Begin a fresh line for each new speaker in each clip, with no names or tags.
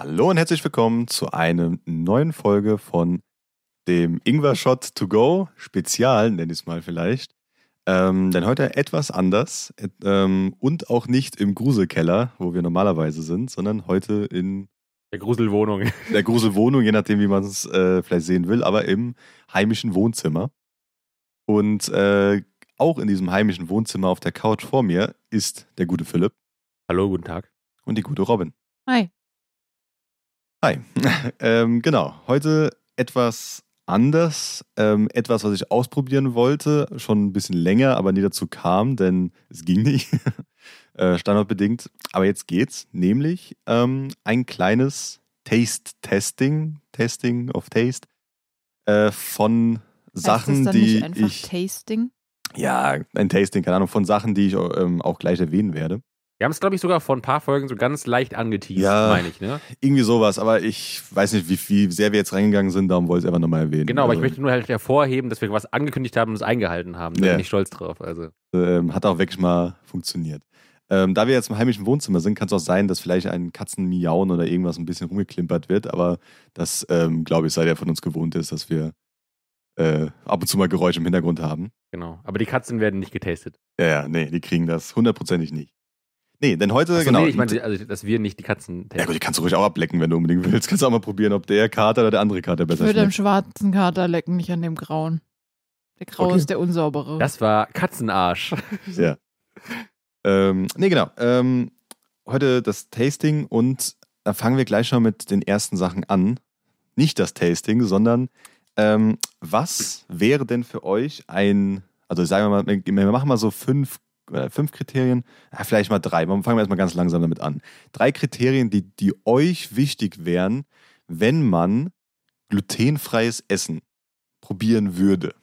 Hallo und herzlich willkommen zu einer neuen Folge von dem Ingwer Shot to Go Spezial, nenne ich es mal vielleicht. Ähm, denn heute etwas anders et- ähm, und auch nicht im Gruselkeller, wo wir normalerweise sind, sondern heute in
Der Gruselwohnung.
der Gruselwohnung, je nachdem, wie man es äh, vielleicht sehen will, aber im heimischen Wohnzimmer. Und äh, auch in diesem heimischen Wohnzimmer auf der Couch vor mir ist der gute Philipp
Hallo, guten Tag.
und die gute Robin.
Hi.
Hi. ähm, genau, heute etwas anders. Ähm, etwas, was ich ausprobieren wollte, schon ein bisschen länger, aber nie dazu kam, denn es ging nicht. äh, standardbedingt. Aber jetzt geht's, nämlich ähm, ein kleines Taste-Testing, Testing of Taste, äh, von
heißt
Sachen,
das dann
die
nicht einfach
ich.
Tasting?
ja, ein Tasting, keine Ahnung, von Sachen, die ich ähm, auch gleich erwähnen werde.
Wir haben es, glaube ich, sogar vor ein paar Folgen so ganz leicht angeteased,
Ja.
meine ich, ne?
Irgendwie sowas, aber ich weiß nicht, wie, wie sehr wir jetzt reingegangen sind, darum wollte ich es einfach nochmal erwähnen.
Genau, aber ich
Also-
möchte nur halt hervorheben, dass wir was angekündigt haben und es eingehalten haben. Da
Ja.
bin ich stolz drauf. Also,
ähm, hat auch wirklich mal funktioniert. Ähm, da wir jetzt im heimischen Wohnzimmer sind, kann es auch sein, dass vielleicht ein Katzenmiauen oder irgendwas ein bisschen rumgeklimpert wird, aber das, ähm, glaube ich, sei der von uns gewohnt ist, dass wir äh, ab und zu mal Geräusche im Hintergrund haben.
genau. Aber die Katzen werden nicht getestet.
Ja, ja, nee, die kriegen das hundertprozentig nicht. Nee, denn heute,
Achso,
genau.
Nee, ich meine, also, dass wir nicht die Katzen
ja gut,
testen.
die kannst du ruhig auch ablecken, wenn du unbedingt willst. Kannst du auch mal probieren, ob der Kater oder der andere Kater
Ich
besser
würde am
schmeckt.
schwarzen Kater lecken, nicht an dem grauen. Der graue
Okay.
ist der unsaubere.
das war Katzenarsch.
Ja. Ähm, nee, genau. Ähm, heute das Tasting und da fangen wir gleich schon mit den ersten Sachen an. Nicht das Tasting, sondern ähm, was wäre denn für euch ein, also sagen wir mal, wir- wir machen mal so fünf, äh, fünf Kriterien, ja, vielleicht mal drei, aber fangen wir erstmal ganz langsam damit an. Drei Kriterien, die, die euch wichtig wären, wenn man glutenfreies Essen probieren würde.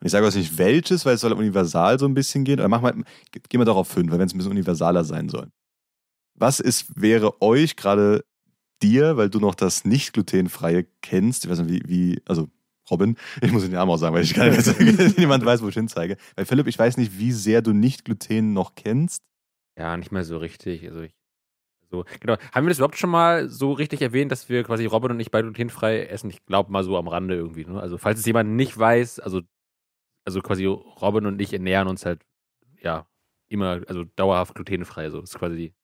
Und ich sage jetzt nicht welches, weil es soll universal so ein bisschen gehen. Oder machen wir, ge- gehen wir doch auf fünf, weil wenn es ein bisschen universaler sein soll. Was ist, wäre euch gerade dir, weil du noch das nicht glutenfreie kennst, ich weiß nicht, wie, wie, also Robin, ich muss den Namen auch sagen, weil ich gar nicht niemand weiß, wo ich hinzeige. Weil Philipp, ich weiß nicht, wie sehr du nicht Gluten noch kennst.
Ja, nicht mehr so richtig. Also ich, so, genau. Haben wir das überhaupt schon mal so richtig erwähnt, dass wir quasi Robin und ich beide glutenfrei essen? Ich glaube mal so am Rande irgendwie. Ne? Also falls es jemand nicht weiß, also, also quasi Robin und ich ernähren uns halt, ja, immer, also dauerhaft glutenfrei. So ist quasi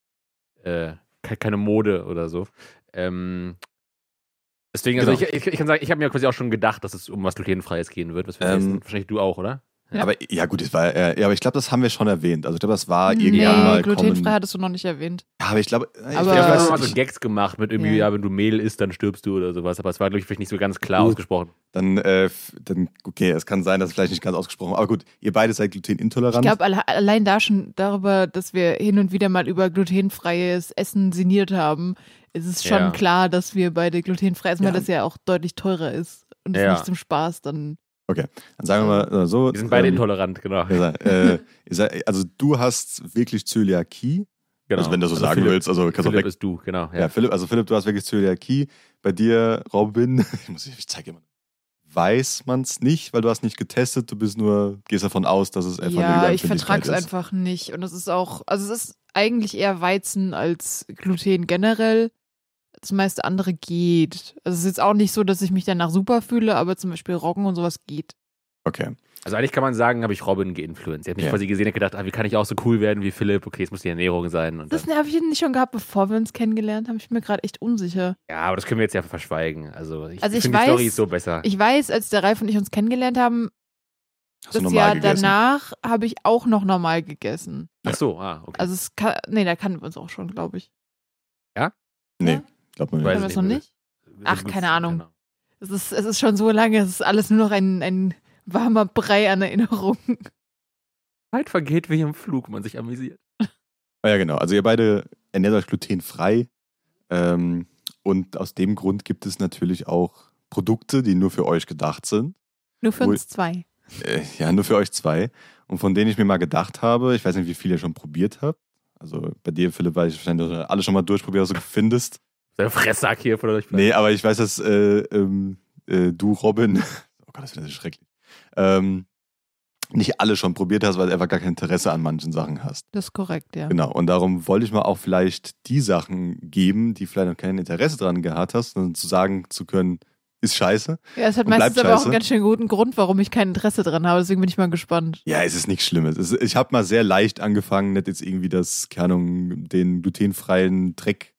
äh, ke- keine Mode oder so. Ähm, deswegen, also
Genau.
ich, ich, ich kann sagen, ich habe mir quasi auch schon gedacht, dass es um was glutenfreies gehen wird, was wir
Ähm,
essen. Wahrscheinlich du auch, oder?
Ja.
Aber ja, gut, das war, äh, ja, aber ich glaube, das haben wir schon erwähnt. Also ich glaube, das war
Hm, nee,
irgendwann mal
glutenfrei
kommen.
hattest du noch nicht erwähnt.
Ja, aber ich glaube, äh,
Aber-
ich, ich
Ja, wir haben
weiß,
mal
ich,
so Gags gemacht mit irgendwie,
Ja.
ja, wenn du Mehl isst, dann stirbst du oder sowas. Aber es war, glaube ich, vielleicht nicht so ganz klar
Gut.
ausgesprochen.
Dann, äh, f- dann, okay, es kann sein, dass es vielleicht nicht ganz ausgesprochen war. Aber gut, ihr beide seid glutenintolerant.
Ich glaube, alle- allein da schon darüber, dass wir hin und wieder mal über glutenfreies Essen sinniert haben, ist es schon
Ja.
klar, dass wir beide glutenfrei essen, weil
Ja.
das ja auch deutlich teurer ist und es
Ja.
nicht zum Spaß dann.
Dann sagen wir mal äh, so.
Wir sind beide
ähm,
intolerant, genau.
ihr seid, äh, ihr seid, also du hast wirklich Zöliakie.
genau.
Also wenn du so sagen
Philipp,
willst, also kannst du auch
Philipp
weg.
ist du, genau. Ja.
Ja, Philipp, also Philipp, du hast wirklich Zöliakie. Bei dir, Robin, ich, muss- ich zeige immer. Weiß man's nicht, weil du hast nicht getestet, du bist nur, gehst davon aus, dass es einfach eine
Ja, ich
Überempfindlichkeit
vertrag's
ist.
einfach nicht. Und es ist auch, also es ist eigentlich eher Weizen als Gluten generell. Das meiste andere geht. Also es ist jetzt auch nicht so, dass ich mich danach super fühle, aber zum Beispiel Roggen und sowas geht.
Okay.
Also eigentlich kann man sagen, habe ich Robin geinfluenced. Ich habe mich
Ja.
quasi gesehen und gedacht, ah, wie kann ich auch so cool werden wie Philipp? Okay, es muss die Ernährung sein. Und dann,
Das habe ich nicht schon gehabt, bevor wir uns kennengelernt haben. Ich bin mir gerade echt unsicher.
ja, aber das können wir jetzt ja verschweigen. Also ich,
Also ich
finde die
weiß-
Story ist so besser.
Ich weiß, als der Ralf und ich uns kennengelernt haben,
Hast du
das
normal
Jahr
gegessen?
danach habe ich auch noch normal gegessen.
Ach so, ah, okay.
Also es kann, nee, da kannten wir uns auch schon, glaube ich.
Nee, glaub
Können
mal nicht.
Weiß
wir
ich
es noch
nicht.
nicht? ach, keine Ahnung.
Also Genau.
Es ist, es ist schon so lange, es ist alles nur noch ein, ein warmer Brei an Erinnerungen.
Zeit vergeht wie im Flug, man sich amüsiert.
Ah Ja, genau. Also ihr beide ernährt euch glutenfrei. Ähm, und aus dem Grund gibt es natürlich auch Produkte, die nur für euch gedacht sind.
Nur für
Wohl-
uns zwei.
Äh, ja, nur für euch zwei. Und von denen ich mir mal gedacht habe, ich weiß nicht, wie viele ihr schon probiert habt. Also bei dir, Philipp, weiß ich wahrscheinlich dass du alle schon mal durchprobiert, was du findest.
Der Fresssack hier von euch.
Nee, aber ich weiß, dass äh, ähm, äh, du, Robin, oh Gott, das ist schrecklich, ähm, nicht alle schon probiert hast, weil du einfach gar kein Interesse an manchen Sachen hast.
Das ist korrekt, ja.
Genau. Und darum wollte ich mal auch vielleicht die Sachen geben, die vielleicht noch kein Interesse dran gehabt hast, sondern zu sagen zu können, ist scheiße.
Ja, es hat
Und
meistens
bleibt
aber auch
scheiße.
einen ganz schön guten Grund, warum ich kein Interesse dran habe. Deswegen bin ich mal gespannt.
Ja, es ist nichts Schlimmes. Es, ist- ich habe mal sehr leicht angefangen, nicht jetzt irgendwie das, keine Ahnung, den glutenfreien Dreck.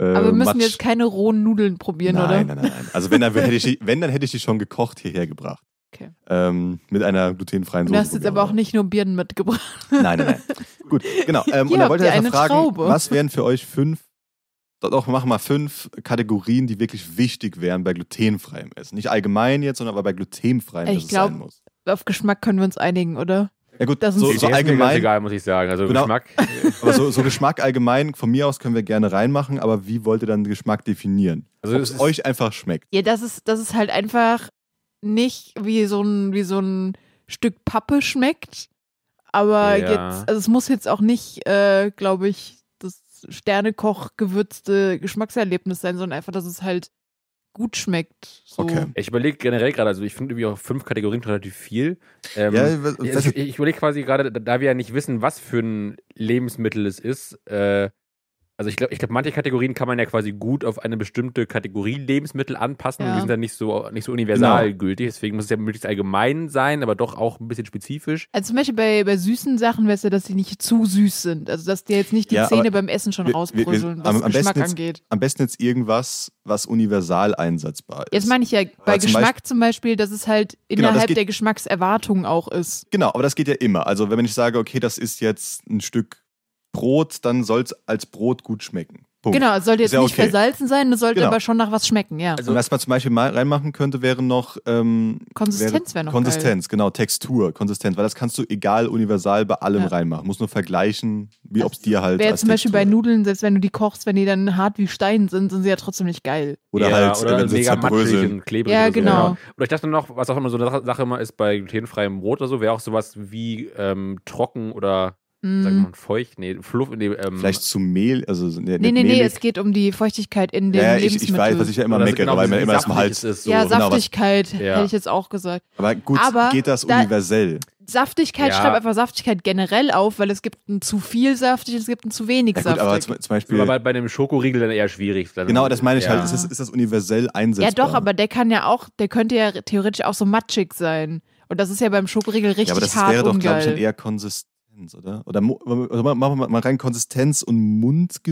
Äh,
Aber wir müssen
Matsch.
jetzt keine rohen Nudeln probieren,
nein,
oder?
Nein, nein, nein. Also wenn, dann hätte ich die, wenn, dann hätte ich die schon gekocht hierher gebracht.
Okay.
Ähm, mit einer glutenfreien
Du
Soße. genau.
hast jetzt aber auch nicht nur Birnen mitgebracht.
Nein, nein, nein. Gut, genau. Ähm,
Hier
und da
habt
wollte
ihr
ich erst mal
eine
fragen,
Traube.
was wären für euch fünf, doch machen wir mal fünf Kategorien, die wirklich wichtig wären bei glutenfreiem Essen. Nicht allgemein jetzt, sondern aber bei glutenfreiem,
Ich
dass es
glaub-
sein muss.
Auf Geschmack können wir uns einigen, oder?
Ja gut,
das sind
so,
Die
so
Idee ist mir ganz
allgemein,
egal, muss ich sagen. Also
Genau.
Geschmack.
aber so, so Geschmack allgemein, von mir aus können wir gerne reinmachen, aber wie wollt ihr dann Geschmack definieren?
Also
Ob
es
es
ist-
euch einfach schmeckt.
Ja, das ist, das ist halt einfach nicht wie so ein, wie so ein Stück Pappe schmeckt. Aber
Ja.
jetzt, also es muss jetzt auch nicht, äh, glaube ich, das Sternekoch gewürzte Geschmackserlebnis sein, sondern einfach, dass es halt gut schmeckt. So.
Okay.
Ich überlege generell gerade, also ich finde irgendwie auch fünf Kategorien relativ viel. Ähm,
Ja, was-
Also ich ich überlege quasi gerade, da- da wir ja nicht wissen, was für ein Lebensmittel es ist, äh, also ich glaube, ich glaub, manche Kategorien kann man ja quasi gut auf eine bestimmte Kategorie Lebensmittel anpassen und
Ja.
die sind dann nicht so, nicht so universal
Genau.
gültig, deswegen muss es ja möglichst allgemein sein, aber doch auch ein bisschen spezifisch.
Also zum Beispiel bei, bei süßen Sachen wäre es ja, dass die nicht zu süß sind. Also dass dir jetzt nicht die
Ja, aber
Zähne beim Essen schon
wir- wir-
rausbröseln,
wir-
was
am- am
Geschmack
besten jetzt-
angeht.
am besten jetzt irgendwas, was universal einsetzbar ist.
Jetzt meine ich ja bei
zum Genau,
Geschmack zum Beispiel, dass es halt
das
innerhalb
geht-
der Geschmackserwartung auch ist.
Genau, aber das geht ja immer. Also wenn ich sage, okay, das ist jetzt ein Stück Brot, dann soll es als Brot gut schmecken. Punkt.
Genau, es sollte
Ist
jetzt
ja
nicht
okay.
versalzen sein, es sollte
Genau. Also,
aber schon nach was schmecken, ja.
Und was man zum Beispiel mal reinmachen könnte, wäre noch ähm,
Konsistenz also wäre noch geil.
Konsistenz, genau, Textur, Konsistenz, weil das kannst du egal universal bei allem
Ja.
reinmachen. Muss nur vergleichen, wie
Das
ob es dir halt.
Wäre
als
zum Beispiel bei
Textur-
Nudeln, selbst wenn du die kochst, wenn die dann hart wie Stein sind, sind sie ja trotzdem nicht geil.
Oder
Ja,
halt,
oder
wenn sie
mega matschig
zerbröseln.
und klebrig.
Ja,
oder so,
genau.
Oder ich dachte noch, was auch immer so eine Sache immer ist bei glutenfreiem Brot oder so, wäre auch sowas wie ähm, trocken oder
Mm.
sagen wir mal feucht, nee, fluff, nee, ähm,
Vielleicht zu Mehl, also
Nee,
nee,
nee, nee,
mehlig.
es geht um die Feuchtigkeit in den
ja, ich,
Lebensmitteln.
ich weiß, was ich ja immer
oder so-
meckere,
genau,
weil mir
wie
immer das im
saftig
Hals.
es ist, so.
ja,
genau, was-
Saftigkeit
Ja.
hätte ich jetzt auch gesagt.
Aber gut,
Aber
geht das
da-
universell?
Saftigkeit,
Ja.
schreib einfach Saftigkeit generell auf, weil es gibt ein zu viel saftig und es gibt ein zu wenig
Ja, gut, aber
saftig.
zum, zum
Ist Aber
Beispiel.
bei, bei einem Schokoriegel dann eher schwierig. Dann
Genau, das meine ich
ja.
halt. Ist das, ist das universell einsetzbar?
ja, doch, aber der kann ja auch, der könnte ja theoretisch auch so matschig sein. Und das ist ja beim Schokoriegel richtig
Ja, aber das
hart
wäre doch, glaube
ungeil.
ich, dann eher Konsistenz, oder? Oder mo- also ma- machen wir mal rein Konsistenz und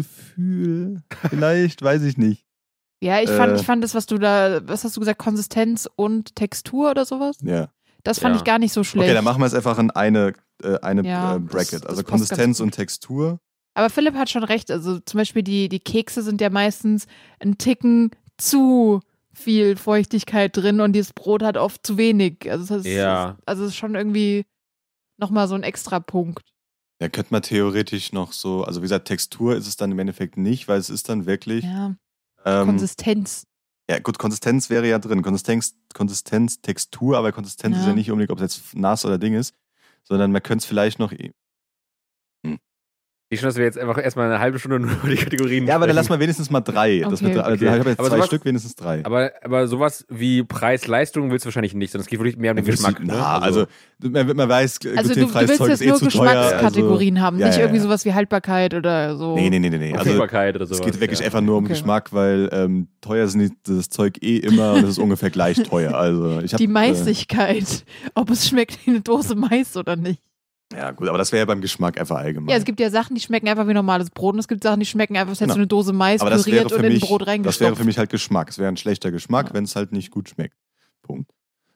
Mundgefühl vielleicht, weiß ich nicht.
Ja, ich fand,
Äh.
ich fand das, was du da, was hast du gesagt, Konsistenz und Textur oder sowas?
Ja.
Das fand
Ja.
ich gar nicht so schlecht.
Okay, dann machen wir es einfach in eine, äh, eine
Ja,
äh, Bracket.
das- das
also
passt ganz
Konsistenz
gut.
und Textur.
Aber Philipp hat schon recht. Also zum Beispiel die, die Kekse sind ja meistens ein Ticken zu viel Feuchtigkeit drin und dieses Brot hat oft zu wenig. Also es ist,
Ja.
also es ist schon irgendwie nochmal so ein extra Punkt.
Ja, könnte man theoretisch noch so, also wie gesagt, Textur ist es dann im Endeffekt nicht, weil es ist dann wirklich.
Ja,
ähm,
Konsistenz.
ja gut, Konsistenz wäre ja drin. Konsistenz, Konsistenz Textur, aber Konsistenz
Ja.
ist ja nicht unbedingt, ob es jetzt nass oder Ding ist, sondern man könnte es vielleicht noch. e- Ja,
Ich schon, dass wir jetzt einfach erstmal eine halbe Stunde nur über die Kategorien
aber dann lass
sprechen.
mal wenigstens mal drei. Das
Okay.
mit, also,
Okay.
Ich habe jetzt
Aber
zwei
sowas-
Stück, wenigstens drei.
Aber, aber sowas wie Preis-Leistung willst du wahrscheinlich nicht, sondern es geht wirklich mehr um den
Dann würdest
Geschmack.
du-
ne?
Na, also, man, man weiß,
Also du, du
glutenfreies
willst
Zeug ist
jetzt
eh
nur
zu teuer. Also,
Geschmackskategorien haben,
Ja,
nicht
ja,
irgendwie
ja.
sowas wie Haltbarkeit oder so.
nee, nee, nee, nee, nee. Also,
Verfügbarkeit oder sowas.
es geht wirklich
ja.
einfach nur um
Okay.
Geschmack, weil ähm, teuer sind die, das Zeug eh immer und es ist ungefähr gleich teuer. Also, ich hab,
Die Maisigkeit, ob es schmeckt wie eine Dose Mais oder nicht.
Äh, ja, gut, aber das wäre ja beim Geschmack einfach allgemein.
Ja, es gibt ja Sachen, die schmecken einfach wie normales Brot und es gibt Sachen, die schmecken einfach, als hättest du
Genau.
eine Dose Mais
aber das wäre
püriert
für
und in
mich,
Brot
das wäre
reingestopft.
für mich halt Geschmack. Es wäre ein schlechter Geschmack,
Ja.
wenn es halt nicht gut schmeckt. Punkt.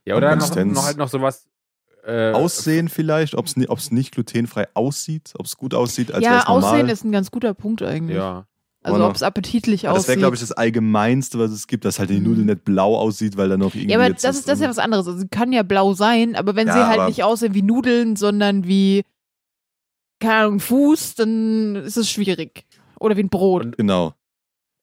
Ja, oder noch,
Konsistenz.
noch halt noch sowas. Äh,
Aussehen vielleicht, ob es nicht glutenfrei aussieht, ob es gut aussieht, als wäre
ja,
es normal.
Aussehen ist ein ganz guter Punkt eigentlich.
Ja.
Also
Aber
ob es appetitlich
Aber das wäre,
aussieht.
glaube ich, das Allgemeinste, was es gibt, dass halt die
Mhm.
Nudel nicht blau aussieht, weil da noch irgendwie.
ja, aber
jetzt
das ist, das ist ja was anderes. Also, sie kann ja blau sein, aber wenn
Ja,
sie halt
aber-
nicht aussehen wie Nudeln, sondern wie, keine Ahnung, Fuß, dann ist es schwierig. Oder wie ein Brot.
Genau.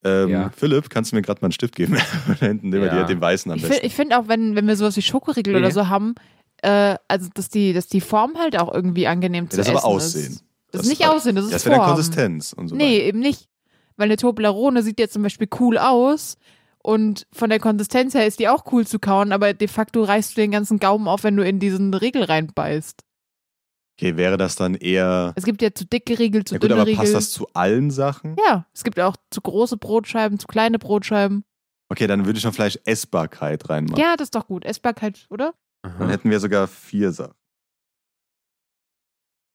Ähm,
Ja.
Philipp, kannst du mir gerade mal einen Stift geben? Von hinten nehmen wir
Ja.
dir den weißen am
Ich
besten.
finde ich find auch, wenn, wenn wir sowas wie Schokoriegel
Nee.
oder so haben, äh, also dass die, dass die Form halt auch irgendwie angenehm zu
das ist
essen
aber
ist.
Aussehen.
Das
Das- halt-
ist nicht Aussehen, das ist
das wäre
Form.
dann Konsistenz und so
nee, eben nicht. Weil eine Toblerone sieht ja zum Beispiel cool aus Und von der Konsistenz her ist die auch cool zu kauen, aber de facto reißt du den ganzen Gaumen auf, wenn du in diesen Riegel reinbeißt.
Okay, wäre das dann eher.
Es gibt ja zu dicke Riegel, zu
Ja gut,
dünne
aber
Riegel.
passt das zu allen Sachen?
Ja, es gibt auch zu große Brotscheiben, zu kleine Brotscheiben.
Okay, dann würde ich noch vielleicht Essbarkeit reinmachen.
Ja, das ist doch gut. Essbarkeit, oder?
Dann hätten wir sogar vier Sachen.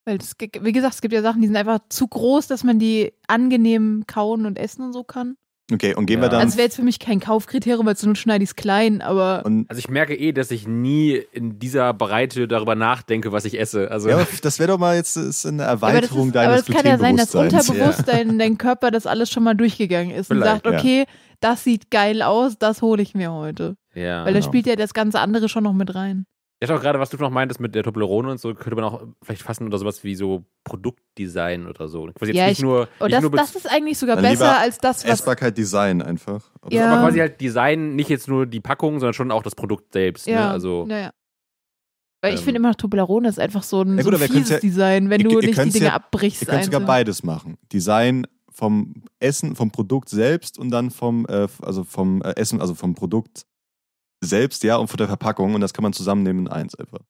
Weil, es, ge- wie gesagt, es gibt ja Sachen, die sind einfach zu groß, dass man die angenehm kauen und essen und so kann.
Okay, und gehen
Ja.
wir dann.
Also wäre jetzt für mich kein Kaufkriterium, weil zu Not schneide ich es klein, aber
und,
Also ich merke eh, dass ich nie in dieser Breite darüber nachdenke, was ich esse. Also
ja, aber das wäre doch mal jetzt ist eine
Ja, aber das
Erweiterung
ist, Aber
deines
das kann ja sein, dass
Glutenbewusstseins.
unterbewusst dein, dein Körper das alles schon mal durchgegangen ist und
Vielleicht,
sagt, okay, das sieht geil aus, das hole ich mir heute.
ja.
Weil da
Genau.
spielt ja das ganze andere schon noch mit rein.
Ja, doch gerade, was du noch meintest mit der Toblerone und so, könnte man auch vielleicht fassen oder sowas wie so Produktdesign oder so. Quasi jetzt
Ja,
nicht
ich-
nur,
Und
nicht
Oh, das,
nur bez-
das ist eigentlich sogar
Dann
besser
lieber
als das, was.
Essbarkeit Design einfach. Ob-
Ja.
aber quasi halt Design, nicht jetzt nur die Packung, sondern schon auch das Produkt selbst.
Ja,
Ne? Also
naja. Weil ich
Ähm.
finde immer noch Toblerone ist einfach so ein,
Ja, gut,
so
aber
ein
ihr könnt's
fieses
ja-
Design, wenn
ihr-
du
ihr
nicht die
könnt's
Dinge
ja-
abbrichst.
Ihr könnt sogar
einzeln.
beides machen. Design vom Essen, vom Produkt selbst und dann vom, äh, also vom äh, Essen, also vom Produkt selbst, ja, und von der Verpackung. Und das kann man zusammennehmen in eins einfach.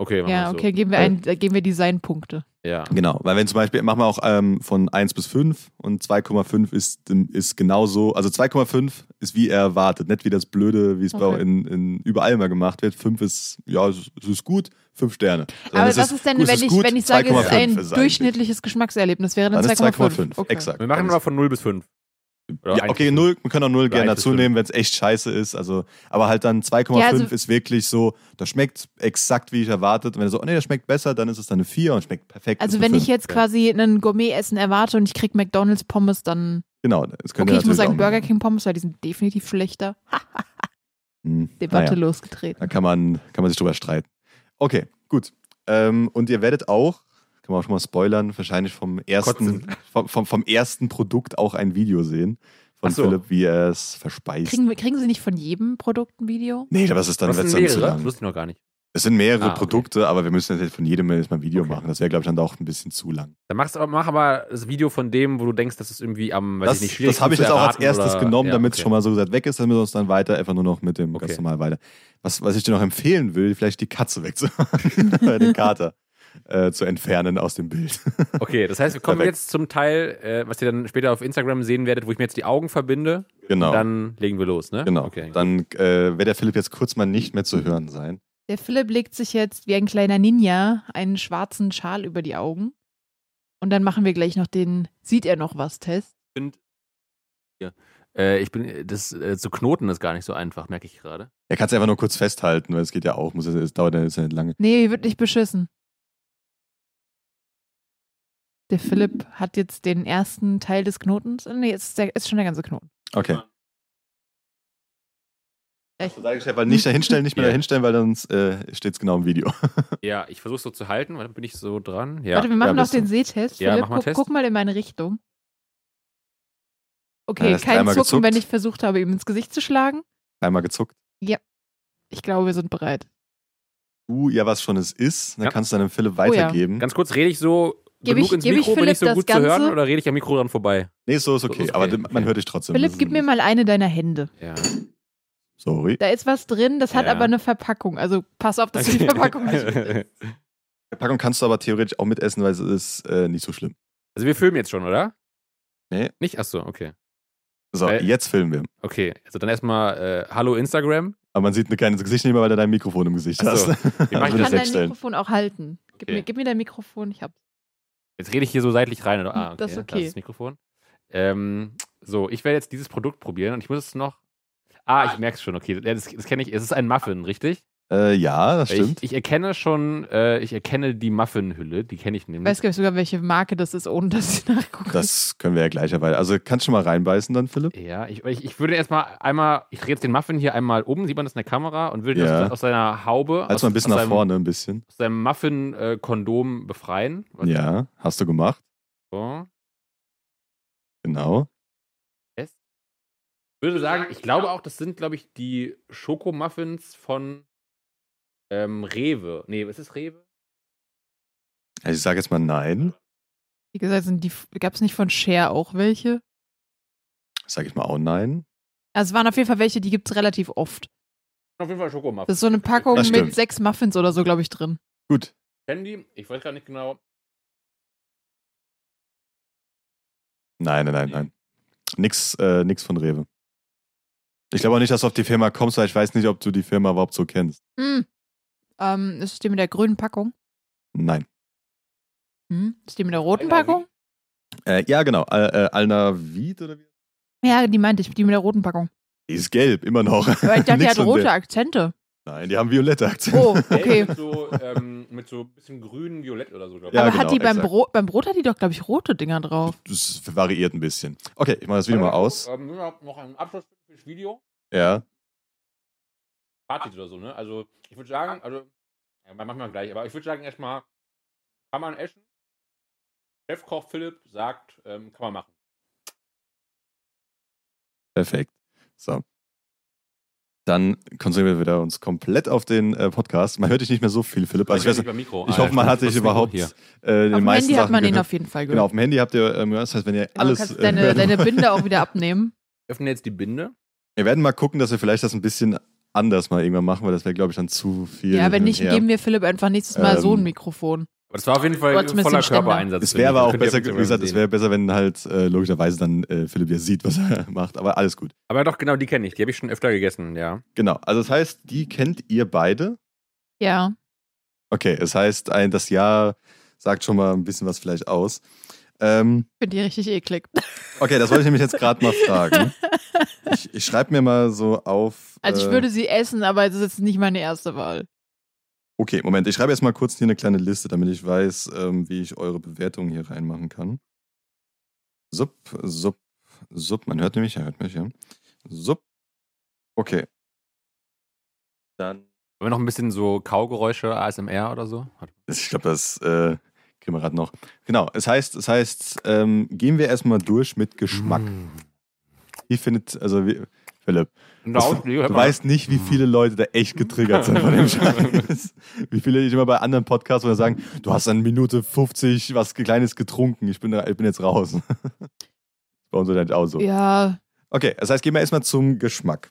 okay, machen
Ja,
wir
okay, geben wir,
also. Weil-
ein, da geben wir Designpunkte.
So. Ja.
Genau, weil wenn zum Beispiel, machen wir auch ähm, von 1 bis 5 und 2,5 ist, ist genauso, also 2,5 ist wie erwartet, nicht wie das Blöde, wie es bei
Okay.
in, in überall immer gemacht wird. 5 ist, ja, es ist, es ist gut, 5 Sterne. Sondern
Aber
es
das ist dann,
gut, es
wenn ich,
gut,
wenn ich sage, es ist
2,5
ein
es
durchschnittliches Geschmackserlebnis, wäre dann
Dann ist
2,5.
2,5,
Okay.
exakt.
Wir machen
Dann
mal von 0 bis 5. Oder
ja,
eins
okay,
bis
null, wir können auch null
Oder
gerne
eins bis
dazu nehmen, wenn es echt scheiße ist. Also, aber halt dann 2,5
Ja, also-
ist wirklich so, das schmeckt exakt, wie ich erwartet. Und wenn du so, oh nee, das schmeckt besser, dann ist es dann eine 4 und schmeckt perfekt.
Also
ist eine
wenn ich
fünf.
jetzt
ja.
quasi einen Gourmet-Essen erwarte und ich krieg McDonalds Pommes, dann
Genau, das könnte
okay, ich muss
natürlich
sagen
auch
Burger
machen.
King Pommes, weil die sind definitiv schlechter.
Hm,
Debatte
naja, da
losgetreten.
kann man, kann man sich drüber streiten. Okay, gut. Ähm, und ihr werdet auch, kann man auch schon mal spoilern, wahrscheinlich vom ersten, vom, vom, vom ersten Produkt auch ein Video sehen von
Ach so.
Philipp, wie er es verspeist.
Kriegen, wir- kriegen sie nicht von jedem Produkt ein Video?
nee, aber das ist dann,
Was
wird's
sind
dann zu
mehrere? Das
lang.
wusste ich noch gar nicht.
Es sind mehrere
Ah, okay.
Produkte, aber wir müssen jetzt von jedem erstmal ein Video
Okay.
machen. Das wäre, glaube ich, dann auch ein bisschen zu lang.
Dann mach's aber, mach aber das Video von dem, wo du denkst, das ist irgendwie am, weiß
Das,
ich nicht, schwierig
das habe ich jetzt auch als erstes genommen, damit es schon mal so gesagt weg ist, damit wir uns dann weiter einfach nur noch mit dem
Okay.
ganz normal weiter. Was, was ich dir noch empfehlen will, vielleicht die Katze wegzuhauen, oder den Kater äh, zu entfernen aus dem Bild.
Okay, das heißt, wir kommen
Perfekt.
jetzt zum Teil, äh, was ihr dann später auf Instagram sehen werdet, wo ich mir jetzt die Augen verbinde.
genau.
Dann legen wir los, ne?
genau.
Okay.
Dann äh, wird der Philipp jetzt kurz mal nicht mehr zu hören sein.
Der Philipp legt sich jetzt wie ein kleiner Ninja einen schwarzen Schal über die Augen. Und dann machen wir gleich noch den Sieht er noch was Test.
Äh, ich bin, das äh, zu knoten ist gar nicht so einfach, merke ich gerade.
Er kann es einfach nur kurz festhalten, weil es geht ja auch, muss, es dauert ja jetzt nicht lange.
Nee, wird nicht beschissen. Der Philipp hat jetzt den ersten Teil des Knotens. Nee, jetzt ist, der, ist schon der ganze Knoten.
Okay.
Echt?
Weil nicht dahinstellen, nicht mehr
Ja.
dahinstellen, weil sonst äh, steht es genau im Video.
Ja, ich versuche so zu halten, weil dann bin ich so dran. Ja.
Warte, wir machen
ja,
noch
bist du.
den Sehtest.
Ja,
Philipp,
mach mal
guck,
Test.
guck mal in meine Richtung. Okay,
Ja, das
kein
dreimal
Zucken,
gezuckt.
wenn ich versucht habe, ihm ins Gesicht zu schlagen.
Einmal gezuckt.
Ich glaube, wir sind bereit.
du ja was schon es ist, dann
Ja.
kannst du deinem Philipp
ja.
weitergeben.
Ganz kurz, rede ich so
Geb
genug
ich-
ins
geb ich
Mikro, bin
Philipp
ich so
das
gut
Ganze?
zu hören oder rede ich am Mikro dran vorbei?
nee, so ist
So
okay,
ist okay.
aber man
Okay.
hört dich trotzdem. Das
Philipp,
ist
gib mir
nicht-
mal eine deiner Hände.
Ja.
Sorry.
Da ist was drin, das hat
Ja.
aber eine Verpackung. Also pass auf, dass du die Verpackung nicht
also
Die Packung kannst du aber theoretisch auch mitessen, weil es ist äh, nicht so schlimm.
Also wir filmen jetzt schon, oder?
Nee.
Nicht? Achso, okay.
So,
Äh.
jetzt filmen wir.
Okay, also dann erstmal äh, Hallo Instagram.
Aber man sieht ein kleines Gesicht nicht mehr, weil du dein Mikrofon im Gesicht
Ach so.
hast.
Wie mach ich
Also
Ich
das
kann dein
wegstellen.
Mikrofon auch halten. Gib,
Okay.
mir, gib mir dein Mikrofon, ich hab.
Jetzt rede ich hier so seitlich rein. Oder? Ah, okay.
Hm, Das ist
Da
okay.
ist das Mikrofon. Ähm, so, ich werde jetzt dieses Produkt probieren und ich muss es noch. Ah, ich merke es schon, okay. Ja, Das, das kenne ich. Es ist ein Muffin, richtig?
Äh, ja, das stimmt.
Ich, ich erkenne schon, äh, ich erkenne die Muffinhülle, die kenne ich
Ich
nämlich.
weiß gar nicht sogar, welche Marke das ist, ohne dass ich nachgucke.
Das können wir ja gleich weiter. Also kannst du schon mal reinbeißen dann, Philipp?
ja, ich, ich, ich würde erstmal einmal, ich drehe jetzt den Muffin hier einmal um, sieht man das in der Kamera und würde
Ja.
das aus seiner Haube,
Halt's
aus,
mal ein bisschen
aus
nach
seinem,
vorne, ein bisschen.
aus seinem Muffin-Kondom befreien. Warte,
Ja, hast du gemacht.
So.
Genau.
Ich würde sagen, ich glaube auch, das sind, glaube ich, die Schokomuffins von ähm, Rewe. Nee, was ist Rewe?
Also ich sage jetzt mal nein.
Wie gesagt, sind die, gab es nicht von Share auch welche?
Sage ich mal auch nein.
Also es waren auf jeden Fall welche, die gibt es relativ oft.
Auf jeden Fall Schokomuffins.
Das ist so eine Packung
Das
mit
stimmt.
sechs Muffins oder so, glaube ich, drin.
Gut.
Candy, ich weiß gar nicht genau.
Nein, nein, nein, nein. Nix, äh, nix von Rewe. Ich glaube auch nicht, dass du auf die Firma kommst, weil ich weiß nicht, ob du die Firma überhaupt so kennst.
Hm. Ähm, ist es die mit der grünen Packung?
Nein.
Hm. Ist die mit der roten
Alter, wie-
Packung?
Äh, ja, genau. Al äh, Alnavid oder wie?
Ja, die meinte ich, die mit der roten Packung.
Die ist gelb, immer noch.
Aber ich dachte, die
Nix
hat
von
rote
der.
Akzente.
Nein, die haben violette Akzente.
Oh,
Okay.
okay.
Mit so, ähm, mit so ein bisschen grün, violett oder so, glaube ich.
Ja,
Aber
genau,
hat die beim
exakt.
Brot, beim Brot hat die doch, glaube ich, rote Dinger drauf.
Das variiert ein bisschen. Okay, ich mache das Video mal aus.
Ähm, wir haben noch einen Abschluss fürs Video.
Ja.
Partys oder so, ne? Also, ich würde sagen, also, ja, machen wir gleich, aber ich würde sagen, erstmal, kann man essen? Chefkoch Philipp sagt, ähm, kann man machen.
Perfekt. So. Dann konzentrieren wir wieder uns komplett auf den äh, Podcast. Man hört dich nicht mehr so viel, Philipp. Also ich, weiß,
über Mikro. Ah,
ich hoffe, man hat dich
das Mikro
überhaupt äh,
hier.
den
auf dem
meisten
Handy
Sachen
hat man ihn
gehört.
auf jeden Fall
Genau,
gehört.
auf dem Handy habt ihr, ähm, das heißt, wenn ihr
Genau, du
alles.
kannst
äh,
deine,
hören
deine Binde auch wieder abnehmen.
Öffne jetzt die Binde.
Wir werden mal gucken, dass wir vielleicht das ein bisschen anders mal irgendwann machen, weil das wäre, glaube ich, dann zu viel.
Ja, wenn nicht,
hin und her.
geben wir Philipp einfach nächstes Mal
Ähm,
so ein Mikrofon.
Aber das war auf jeden Fall
Oder zumindest
voller
den Ständer.
Körpereinsatz.
Es wäre aber auch
Könnt ihr auf
besser, wie
Instagram
gesagt, es
sehen.
wäre besser, wenn halt äh, logischerweise dann äh, Philipp ja sieht, was er macht. Aber alles gut.
Aber doch, genau, die kenne ich. Die habe ich schon öfter gegessen, ja.
Genau. Also das heißt, die kennt ihr beide.
Ja.
Okay, es heißt, ein, das Jahr sagt schon mal ein bisschen was vielleicht aus. Ähm,
Finde ich richtig eklig.
okay, das wollte ich nämlich jetzt gerade mal fragen. Ich, ich schreibe mir mal so auf.
Also ich
äh,
würde sie essen, aber es ist jetzt nicht meine erste Wahl.
Okay, Moment, ich schreibe erst mal kurz hier eine kleine Liste, damit ich weiß, ähm, wie ich eure Bewertungen hier reinmachen kann. Sub, sub, sub, man hört nämlich, er hört mich, ja. Sub. Okay. Dann.
Haben wir noch ein bisschen so Kaugeräusche, ASMR oder so? Warte.
Ich glaube, das äh, kriegen wir gerade noch. Genau, es heißt, es heißt, ähm, gehen wir erstmal durch mit Geschmack.
Mm.
Wie findet, also wie, Philipp,
Und
Das-
da hört
du
man-
weißt nicht, wie viele Leute da echt getriggert sind von dem Scheiß. Wie viele ich immer bei anderen Podcasts oder sagen, du hast in Minute 50 was Kleines getrunken, ich bin, da, ich bin jetzt raus. bei uns ist das auch so.
Ja.
Okay, das heißt, gehen wir erstmal zum Geschmack.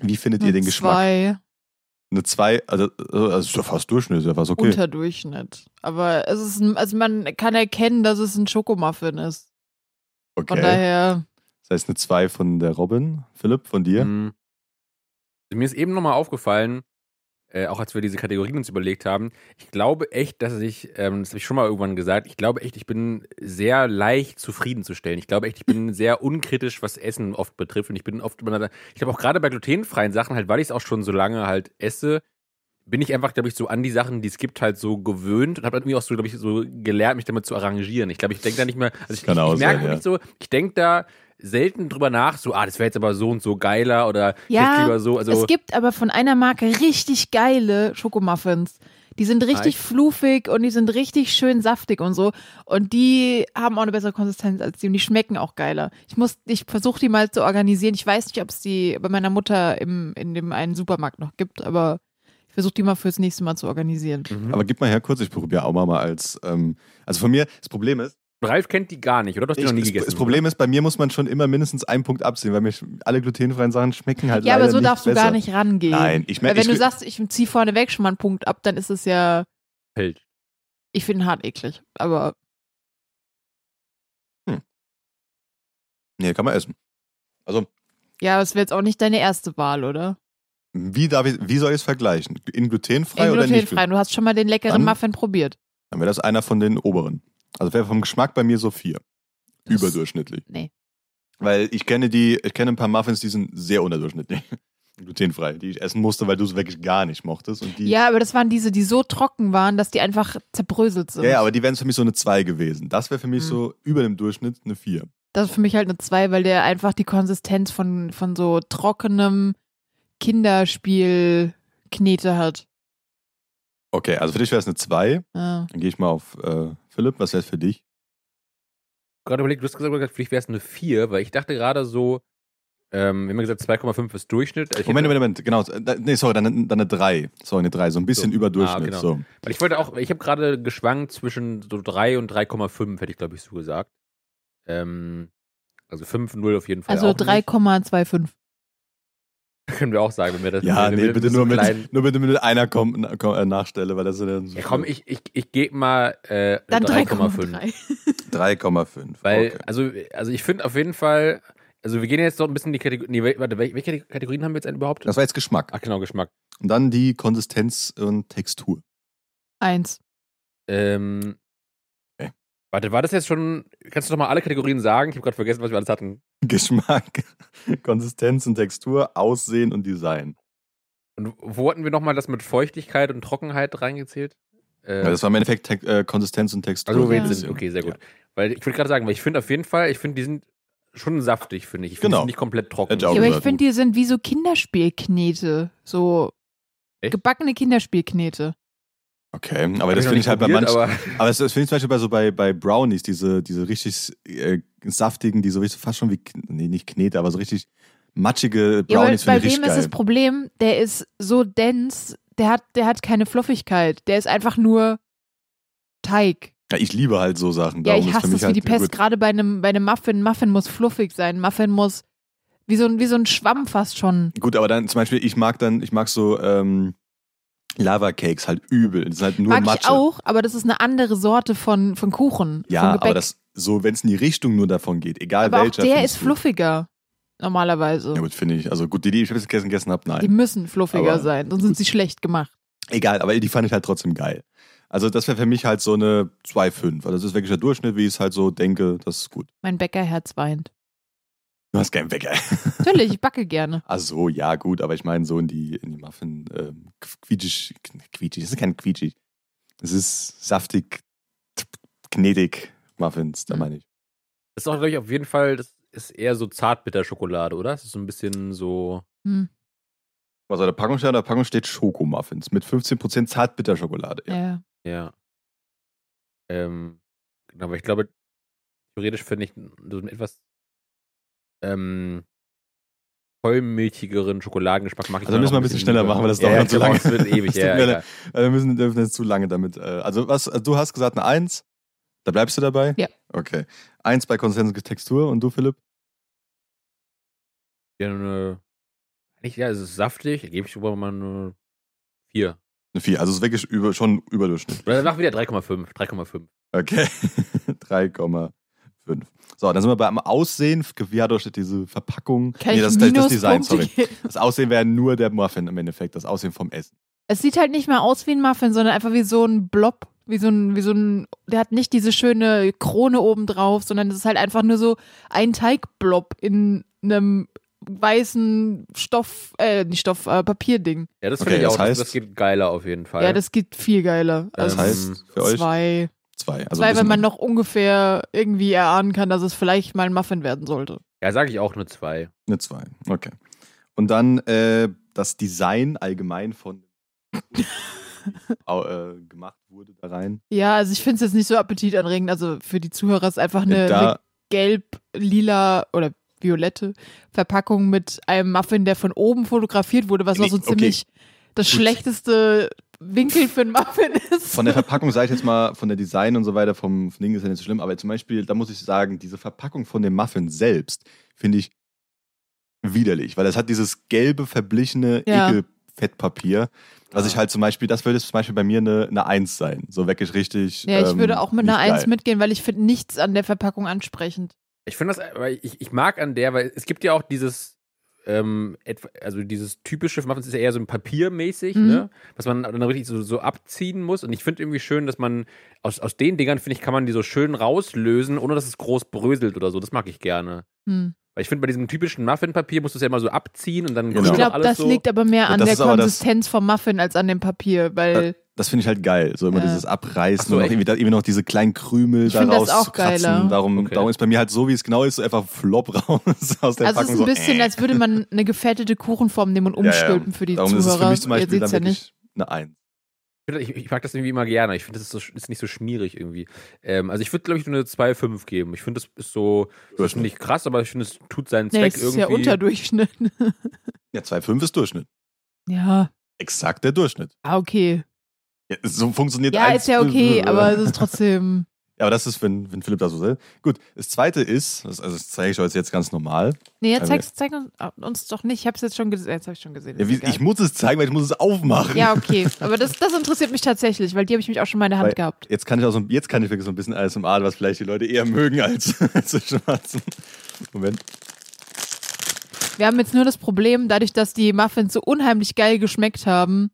Wie findet ihr
eine
den Geschmack?
Zwei
Eine 2, also, also das ist ja fast Durchschnitt, ist ja fast okay.
unter Durchschnitt. Aber es ist ein, also man kann erkennen, dass es ein Schokomuffin ist. Von
okay.
daher,
Das heißt, eine 2 von der Robin, Philipp, von dir.
Mm. Also Mir ist eben nochmal aufgefallen, äh, auch als wir diese Kategorien uns überlegt haben, ich glaube echt, dass ich, ähm, das habe ich schon mal irgendwann gesagt, ich glaube echt, ich bin sehr leicht zufriedenzustellen. Ich glaube echt, ich bin sehr unkritisch, was Essen oft betrifft. Und ich bin oft, immer- ich glaube auch gerade bei glutenfreien Sachen, halt, weil ich es auch schon so lange halt esse, bin ich einfach, glaube ich, so an die Sachen, die es gibt, halt so gewöhnt und habe irgendwie auch so, glaube ich, so gelernt, mich damit zu arrangieren. Ich glaube, ich denke da nicht mehr, also ich, ich,
kann auch
ich merke
sein, ja.
nicht so, ich denke da selten drüber nach, so, ah, das wäre jetzt aber so und so geiler oder
Ja,
ich hätte lieber so. Also,
es gibt aber von einer Marke richtig geile Schokomuffins. Die sind richtig
echt?
fluffig und die sind richtig schön saftig und so. Und die haben auch eine bessere Konsistenz als die und die schmecken auch geiler. Ich muss, ich versuche die mal zu organisieren. Ich weiß nicht, ob es die bei meiner Mutter im, in dem einen Supermarkt noch gibt, aber ich versuche die mal fürs nächste Mal zu organisieren.
Mhm.
Aber gib mal her kurz, ich probiere auch mal mal als, ähm, also von mir, das Problem ist,
Ralf kennt die gar nicht, oder? Du hast die
Ich,
noch nie
das,
gegessen. ne?
das Problem ist, bei mir muss man schon immer mindestens einen Punkt abziehen, weil mir sch- alle glutenfreien Sachen schmecken halt
ja,
leider
aber so
nicht
darfst
besser.
du gar nicht rangehen.
Nein, Äh, ich merke,
Weil wenn du
ich,
sagst, ich ziehe vorneweg schon mal einen Punkt ab, dann ist es ja,
Feld.
ich finde ihn hart eklig. Aber
nee, kann man essen. Also,
ja, das wäre jetzt auch nicht deine erste Wahl, oder?
wie, darf ich, wie soll ich es vergleichen? In glutenfrei
In
oder nicht?
glutenfrei. Du hast schon mal den leckeren
Dann-
Muffin probiert.
Dann wäre das einer von den oberen. Also wäre vom Geschmack bei mir so vier.
Das-
Überdurchschnittlich.
nee.
Weil ich kenne die, ich kenne ein paar Muffins, die sind sehr unterdurchschnittlich. Glutenfrei, die ich essen musste, weil du es wirklich gar nicht mochtest. Und die,
Ja, aber das waren diese, die so trocken waren, dass die einfach zerbröselt sind.
ja, ja, aber die wären für mich so eine 2 gewesen. Das wäre für mich
Mhm.
so über dem Durchschnitt eine 4.
das ist für mich halt eine 2, weil der einfach die Konsistenz von, von so trockenem Kinderspiel-Knete hat.
Okay, also für dich wäre es eine 2.
Ja.
Dann gehe ich mal auf äh, Philipp, was wär's für dich?
gerade überlegt, du hast gesagt, vielleicht wäre es eine 4, weil ich dachte gerade so, ähm, wir haben ja gesagt, 2,5 ist Durchschnitt. Ich hätte-
Moment, Moment, Moment, genau. äh, da- Nee, sorry, dann, dann eine 3. Sorry, eine 3, so ein bisschen
So.
über
Ah,
Durchschnitt.
genau.
so.
Weil ich wollte auch, ich habe gerade geschwankt zwischen so 3 und 3,5, hätte ich glaube ich so gesagt. Ähm, Also 5-0 auf jeden Fall.
Also
auch nicht.
3,25.
Äh,
Können wir auch sagen, wenn wir das
Ja,
wenn
nee,
wir das
bitte
so
nur mit,
klein-
nur bitte mit einer Kom na- Kom äh, Nachstelle, weil das sind dann so
Ja, komm, ich, ich, ich gebe mal äh,
Dann
3,5.
3,3.
3,5.
Weil,
okay.
also, also ich finde auf jeden Fall, also wir gehen jetzt noch ein bisschen in die Kategorie. Nee, wel- warte, wel- welche Kategorien haben wir jetzt überhaupt?
Das war jetzt Geschmack.
Ach genau, Geschmack.
Und dann die Konsistenz und Textur.
Eins.
Ähm,
Okay.
Warte, war das jetzt schon. Kannst du noch mal alle Kategorien sagen? Ich habe gerade vergessen, was wir alles hatten.
Geschmack, Konsistenz und Textur, Aussehen und Design.
Und wo hatten wir noch mal das mit Feuchtigkeit und Trockenheit reingezählt? Äh,
Ja, das war im Endeffekt Te äh, Konsistenz und Textur.
also,
Ja.
wir sind, okay, sehr gut. Weil ich würde gerade sagen, weil ich finde auf jeden Fall, ich finde, die sind schon saftig, finde ich. Ich finde
Genau.
sie nicht komplett trocken.
Hätte auch
Ja, aber ich
gesagt,
finde, die sind wie so Kinderspielknete. So
Echt?
gebackene Kinderspielknete.
Okay,
Hab
aber das
noch
finde
nicht
ich halt bei
probiert,
manchen. Aber,
aber-
das, das finde ich zum Beispiel bei so bei, bei Brownies, diese, diese richtig äh, saftigen, die so richtig fast schon wie, Kn- nee, nicht Knete, aber so richtig matschige
Ja, weil
Brownies
bei
finde ich
dem
richtig
ist
geil.
das Problem, der ist so dense, der hat, der hat keine Fluffigkeit. Der ist einfach nur Teig.
ja, ich liebe halt so Sachen.
Ja,
darum
ich
ist
hasse
für
es
mich
wie
halt
die Pest,
gut.
gerade bei einem, bei einem Muffin. Muffin muss fluffig sein. Muffin muss wie so ein, wie so ein Schwamm fast schon.
Gut, aber dann zum Beispiel, ich mag dann, ich mag so ähm, Lava-Cakes halt übel. Das ist halt nur
Mag
Matsche.
ich auch, aber das ist eine andere Sorte von, von Kuchen. von
ja,
Gebäck.
aber das, halt so, wenn es in die Richtung nur davon geht, egal
aber auch
welcher.
der
find's
ist
gut.
fluffiger. Normalerweise.
Ja, gut, finde ich. Also gut, die, die ich bis gestern gegessen habe,
die
nein.
müssen fluffiger
Aber-
sein, sonst sind sie schlecht gemacht.
Egal, aber die fand ich halt trotzdem geil. Also das wäre für mich halt so eine 2,5. Also das ist wirklich der Durchschnitt, wie ich es halt so denke, das ist gut.
Mein Bäckerherz weint.
Du hast keinen Wecker.
Natürlich, ich backe gerne.
Ach so, ja, gut, aber ich meine so in die, in die Muffin, ähm, quietschig, quietschig, das ist kein quietschig. Das ist saftig, t- knetig Muffins, da
Mhm.
meine ich.
Das ist auch, glaube ich, auf jeden Fall, das ist eher so Zartbitterschokolade, oder? Das ist so ein bisschen so.
Hm,
Was auf der Packung steht? Auf der Packung steht Schokomuffins mit 15% Zartbitterschokolade. Ja.
ja.
Ja. Ähm, genau, aber ich glaube, theoretisch finde ich so einen etwas ähm, vollmilchigeren Schokoladengeschmack mag ich.
Also
immer
müssen wir ein
noch
bisschen schneller
lieber.
machen, weil das
ja,
dauert
ja,
noch zu
genau,
lange.
Es wird ewig,
Das
ja.
tut mir
ja,
leid. Also wir müssen, dürfen jetzt zu lange damit. Äh, also was, also du hast gesagt eine Eins, da bleibst du dabei?
Ja.
Okay. Eins bei Konsens und Textur und du, Philipp?
ja, eine, nicht, ja, es ist saftig, gebe ich sogar mal eine 4.
Eine Vier. Also es ist wirklich über, schon Überdurchschnitt.
Oder mach wieder 3,5. 3,5.
Okay. 3,5. So, dann sind wir beim Aussehen. Wie hat euch diese Verpackung?
Kann
das,
ich
das, das Design,
Minuspunkte
sorry.
geben?
Das Aussehen wäre nur der Muffin im Endeffekt, das Aussehen vom Essen.
Es sieht halt nicht mehr aus wie ein Muffin, sondern einfach wie so ein Blob, wie so ein, wie so ein, der hat nicht diese schöne Krone oben drauf, sondern es ist halt einfach nur so ein Teigblob in einem weißen Stoff, äh, nicht Stoff, äh, Papierding.
Ja, das
Okay,
finde ich
das
auch. Das,
heißt-
das geht geiler auf jeden Fall.
Ja, das geht viel geiler. Also
Das heißt für euch
zwei,
zwei. Also ein
zwei, wenn
bisschen-
man noch ungefähr irgendwie erahnen kann, dass es vielleicht mal ein Muffin werden sollte.
ja sage ich auch nur 2.
Eine 2, okay. Und dann äh, das Design allgemein von Au- äh, gemacht wurde da rein.
Ja, also ich finde es jetzt nicht so appetitanregend. Also für die Zuhörer ist einfach eine,
da,
eine gelb-lila oder violette Verpackung mit einem Muffin, der von oben fotografiert wurde, was
Nee,
auch so
okay.
ziemlich das
Gut.
schlechteste Winkel für einen Muffin ist.
von der Verpackung sage ich jetzt mal, von der Design und so weiter, vom vom Ding ist ja nicht so schlimm, aber zum Beispiel, da muss ich sagen, diese Verpackung von dem Muffin selbst finde ich widerlich, weil es hat dieses gelbe, verblichene
Ja.
Ekelfettpapier, was
Ah.
ich halt zum Beispiel, das würde jetzt zum Beispiel bei mir eine, eine 1 sein, so wirklich richtig.
ja, ich
ähm,
würde auch mit
nicht
einer Eins
geil.
mitgehen, weil ich finde nichts an der Verpackung ansprechend.
Ich finde das, weil ich, ich mag an der, weil es gibt ja auch dieses, ähm, etwa, also dieses typische für Muffins ist ja eher so ein papiermäßig,
Mhm.
ne? Was man dann richtig so, so abziehen muss. Und ich finde irgendwie schön, dass man aus, aus den Dingern, finde ich, kann man die so schön rauslösen, ohne dass es groß bröselt oder so. Das mag ich gerne.
Hm.
Weil ich finde, bei diesem typischen Muffinpapier musst du es ja immer so abziehen und dann
Genau.
krümelt
Ich glaube,
alles
das
so.
liegt aber mehr
Ja,
an
das
der
ist aber das-
Konsistenz vom Muffin als an dem Papier, weil
Das finde ich halt geil. So immer
Ja.
dieses Abreißen
Ach so,
und auch
echt?
irgendwie, da, irgendwie noch diese kleinen Krümel
Ich
da
find das
raus
auch
zu kratzen.
geiler.
Darum,
Okay.
darum ist bei mir halt so, wie es genau ist, so einfach flop raus aus der
also es
Packung.
ist ein bisschen,
so, äh.
als würde man eine gefettete Kuchenform nehmen und
Ja, ja.
umstülpen für die
darum ist es für
Zuhörer.
mich zum
Ihr
Beispiel
seht's
dann
ja nicht.
wirklich eine Eins.
Ich, ich mag das irgendwie immer gerne. Ich finde, das ist, so, ist nicht so schmierig irgendwie. Ähm, also ich würde, glaube ich, nur eine 2,5 geben. Ich finde, das ist so, das ist nicht krass, aber ich finde, es tut seinen
Nee,
Zweck
es ist
irgendwie.
ja Unterdurchschnitt.
Ja, 2,5 ist Durchschnitt.
Ja,
Exakt der Durchschnitt.
ah, okay.
Ja, so funktioniert
Ja,
eins-
ist ja okay, aber es ist trotzdem.
Ja, aber das ist, wenn, wenn Philipp da so selbst. Gut, das zweite ist, das, also das zeige ich euch jetzt ganz normal.
Nee, jetzt
Also-
zeig, zeig uns, ah, uns doch nicht. Ich hab's jetzt schon gesehen. Jetzt hab ich schon gesehen.
Ja,
Ist
wie,
egal.
ich muss es zeigen, weil ich muss es aufmachen.
ja, okay. Aber das, das interessiert mich tatsächlich, weil die habe ich mich auch schon mal in der Hand
Weil-
gehabt.
Jetzt kann ich auch so, ein- jetzt kann ich wirklich so ein bisschen ASMR, was vielleicht die Leute eher mögen als, als zu schwarzen. Moment.
Wir haben jetzt nur das Problem, dadurch, dass die Muffins so unheimlich geil geschmeckt haben.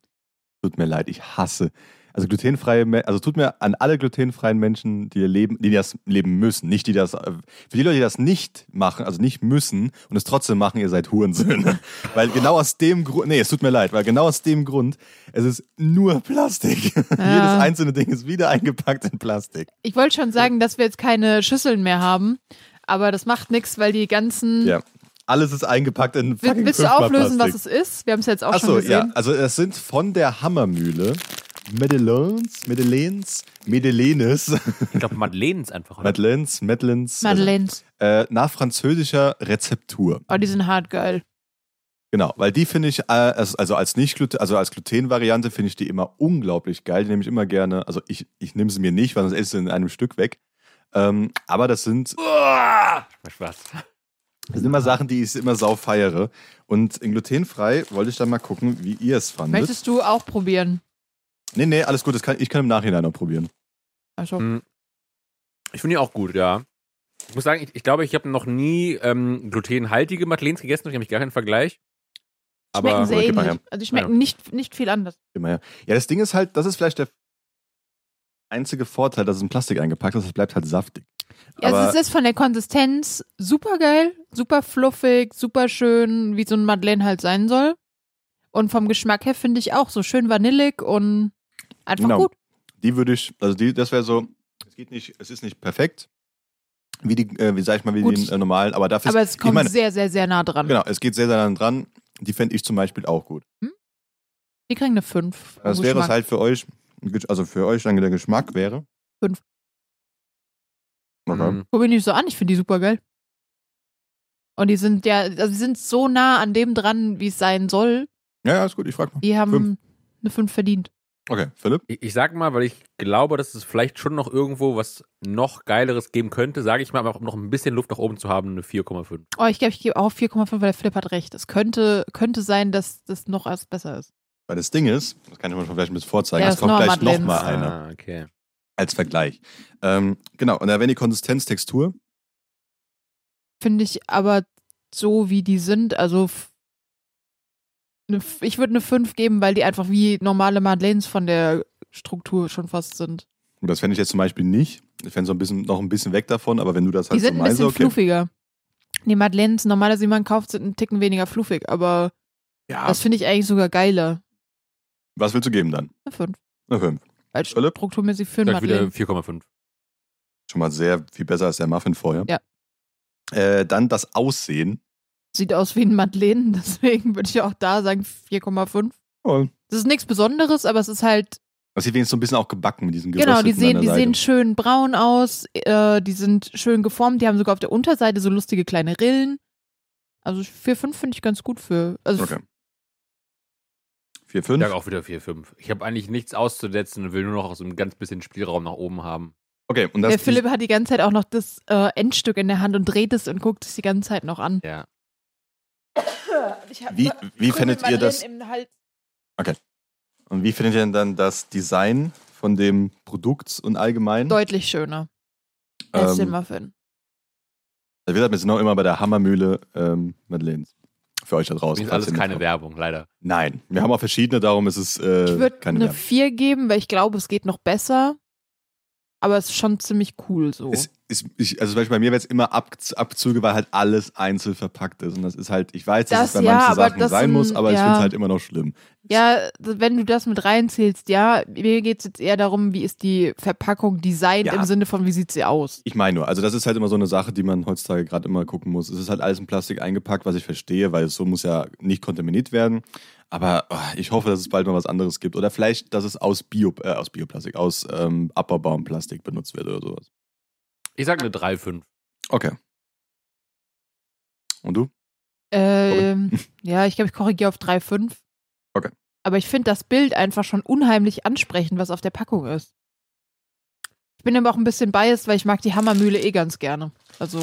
Tut mir leid, ich hasse. Also glutenfreie, Me- also tut mir an alle glutenfreien Menschen, die ihr leben, die das leben müssen, nicht die das, äh, für die Leute, die das nicht machen, also nicht müssen und es trotzdem machen, ihr seid Hurensöhne. Weil genau aus dem Grund, nee, es tut mir leid, weil genau aus dem Grund, es ist nur Plastik. Jedes einzelne Ding ist wieder eingepackt in Plastik.
Ich wollte schon sagen, dass wir jetzt keine Schüsseln mehr haben, aber das macht nichts, weil die ganzen.
Ja. Alles ist eingepackt in
Mhm. Will-
fucking
Willst du
fünfmal
auflösen,
Plastik.
was es ist? Wir haben es jetzt auch schon
Achso,
gesehen.
ja. Also es sind von der Hammermühle Madeleines, Madeleines, Madeleines,
Ich glaube, Madeleines einfach. Oder?
Madeleines, Madeleines,
Madeleines.
äh, nach französischer Rezeptur.
Oh, die sind hart geil.
Genau, weil die finde ich, äh, also also als nicht Gluten, also als Gluten-Variante finde ich die immer unglaublich geil. Die nehme ich immer gerne, also ich, ich nehme sie mir nicht, weil sonst esse ich sie in einem Stück weg. Ähm, aber das sind
Uah! Spaß.
Das sind immer Sachen, die ich immer sau feiere. Und in glutenfrei wollte ich dann mal gucken, wie ihr es fandet.
Möchtest du auch probieren?
nee, nee, alles gut. Das kann, ich kann im Nachhinein noch probieren.
Also,
Hm. Ich finde die auch gut, ja. Ich muss sagen, ich, ich glaube, ich habe noch nie ähm, glutenhaltige Madeleines gegessen, deswegen habe ich gar keinen Vergleich.
schmecken
Aber
sie
aber gib mal
ähnlich.
her.
Also, die schmecken nicht, nicht viel anders.
Immer her. Ja, das Ding ist halt, das ist vielleicht der einzige Vorteil, dass es in Plastik eingepackt ist. Es bleibt halt saftig.
Also
Aber
es ist von der Konsistenz super geil, super fluffig, super schön, wie so ein Madeleine halt sein soll. Und vom Geschmack her finde ich auch so schön vanillig und einfach
Genau.
gut.
die würde ich, also die, das wäre so, es geht nicht, es ist nicht perfekt. Wie die, äh, wie sag ich mal, wie
Gut.
die äh, normalen, aber dafür
Aber es kommt
ich meine,
sehr, sehr, sehr nah dran.
genau, es geht sehr, sehr nah dran. Die fände ich zum Beispiel auch gut.
Die kriegen eine 5.
Das wäre es halt für euch, also für euch dann der Geschmack wäre.
Fünf.
Okay.
Mhm.
Guck mich nicht so an, ich finde die super geil. Und die sind ja, also die sind so nah an dem dran, wie es sein soll.
Ja, ja, ist gut, ich frag mal.
Die haben
Fünf.
eine 5 verdient.
Okay, Philipp?
Ich, ich sag mal, weil ich glaube, dass es vielleicht schon noch irgendwo was noch Geileres geben könnte, sage ich mal, aber um noch ein bisschen Luft nach oben zu haben, eine 4,5.
Oh, ich glaube, ich gebe auch 4,5, weil der Philipp hat recht. Es könnte, könnte sein, dass das noch als besser ist.
Weil das Ding ist, das kann ich mal schon vielleicht ein bisschen vorzeigen,
Ja,
es
das
kommt
ist
gleich
Norma-Lenz.
nochmal einer
Ah, okay.
als Vergleich. Ähm, genau, und da wären die Konsistenz, Textur.
Finde ich aber so, wie die sind, also f- ne, F- ich würde eine 5 geben, weil die einfach wie normale Madeleines von der Struktur schon fast sind.
Und das fände ich jetzt zum Beispiel nicht. Ich fände so ein bisschen, noch ein bisschen weg davon, aber wenn du das
Die
halt so
sind ein
meinst,
bisschen
okay.
fluffiger. Die Madeleines, normale, die man kauft, sind einen Ticken weniger fluffig, aber
Ja.
das finde ich eigentlich sogar geiler.
Was willst du geben dann?
Eine 5.
Eine 5.
Als
Philipp?
strukturmäßig für
Ich
eine
sag wieder
Madeleine.
4,5.
Schon mal sehr viel besser als der Muffin vorher.
Ja.
Äh, dann das Aussehen.
Sieht aus wie ein Madeleine, deswegen würde ich auch da sagen 4,5.
Oh.
Das ist nichts Besonderes, aber es ist halt
Das sieht wenigstens so ein bisschen auch gebacken mit diesen
Genau, die
Gerösteten
sehen,
an
die
der
sehen
Seite.
schön braun aus, äh, die sind schön geformt, die haben sogar auf der Unterseite so lustige kleine Rillen. Also 4,5 finde ich ganz gut für. Also
Okay.
Ich
4,5?
sag auch wieder 4,5. Ich habe eigentlich nichts auszusetzen und will nur noch so ein ganz bisschen Spielraum nach oben haben.
Okay, und das
der Philipp hat die ganze Zeit auch noch das äh, Endstück in der Hand und dreht es und guckt es die ganze Zeit noch an.
Ja.
wie, wie findet ihr das? Und wie findet ihr denn dann das Design von dem Produkt und allgemein?
Hm? Deutlich schöner als den
ähm,
Muffin.
wie gesagt, wir sind noch immer bei der Hammermühle ähm, Madeleines. Für euch da draußen.
Das ist
falls
alles
ihr nicht ne?
keine
habt.
Werbung, leider.
Nein, wir haben auch verschiedene, darum ist es äh,
Ich würde
keine
eine
Werbung.
4 geben, weil ich glaube, es geht noch besser. Aber es ist schon ziemlich cool so.
Es, es, ich, also zum Beispiel bei mir wäre es immer Ab, Abzüge, weil halt alles einzeln verpackt ist. Und das ist halt, ich weiß, dass
Das
es bei
ja,
manchen
aber
Sachen
das
sein
sind-
muss, aber ich
ja.
finde es halt immer noch schlimm.
Ja, d- wenn du das mit reinzählst, ja, mir geht's jetzt eher darum, wie ist die Verpackung designt
Ja.
im Sinne von, wie sieht sie aus?
Ich meine nur, also das ist halt immer so eine Sache, die man heutzutage gerade immer gucken muss. Es ist halt alles in Plastik eingepackt, was ich verstehe, weil so muss ja nicht kontaminiert werden. Aber oh, ich hoffe, dass es bald mal was anderes gibt. Oder vielleicht, dass es aus, Bio, äh, aus Bioplastik, aus ähm, Abbaubahnplastik benutzt wird oder sowas.
Ich sag eine 3,5.
Okay. Und du?
Ähm, ja, ich glaube, ich korrigiere auf 3,5.
Okay.
Aber ich finde das Bild einfach schon unheimlich ansprechend, was auf der Packung ist. Ich bin aber auch ein bisschen biased, weil ich mag die Hammermühle eh ganz gerne. Also,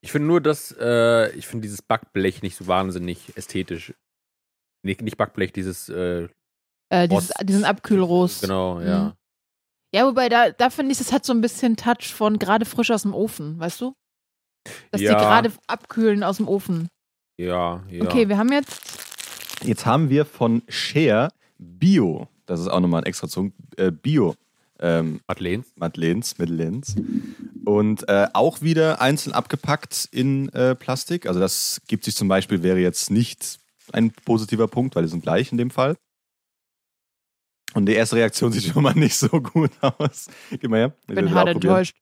Ich finde nur, dass äh, ich finde dieses Backblech nicht so wahnsinnig ästhetisch. Nicht, nicht Backblech, dieses äh,
äh, dieses,
Rost.
diesen Abkühlrost.
Genau,
Mhm.
ja.
Ja, wobei da, da finde ich, das hat so ein bisschen Touch von gerade frisch aus dem Ofen, weißt du? Dass
Ja.
die gerade abkühlen aus dem Ofen.
Ja, ja.
Okay, wir haben jetzt
Jetzt haben wir von Share Bio, das ist auch nochmal ein extra Zung, äh, Bio ähm,
Madeleine.
Madeleines, Madeleines. Und äh, auch wieder einzeln abgepackt in äh, Plastik. Also das gibt sich zum Beispiel, wäre jetzt nicht ein positiver Punkt, weil die sind gleich in dem Fall. Und die erste Reaktion sieht schon mal nicht so gut aus. Gib mal her. Ich will
bin
das
hart
auch probieren.
enttäuscht.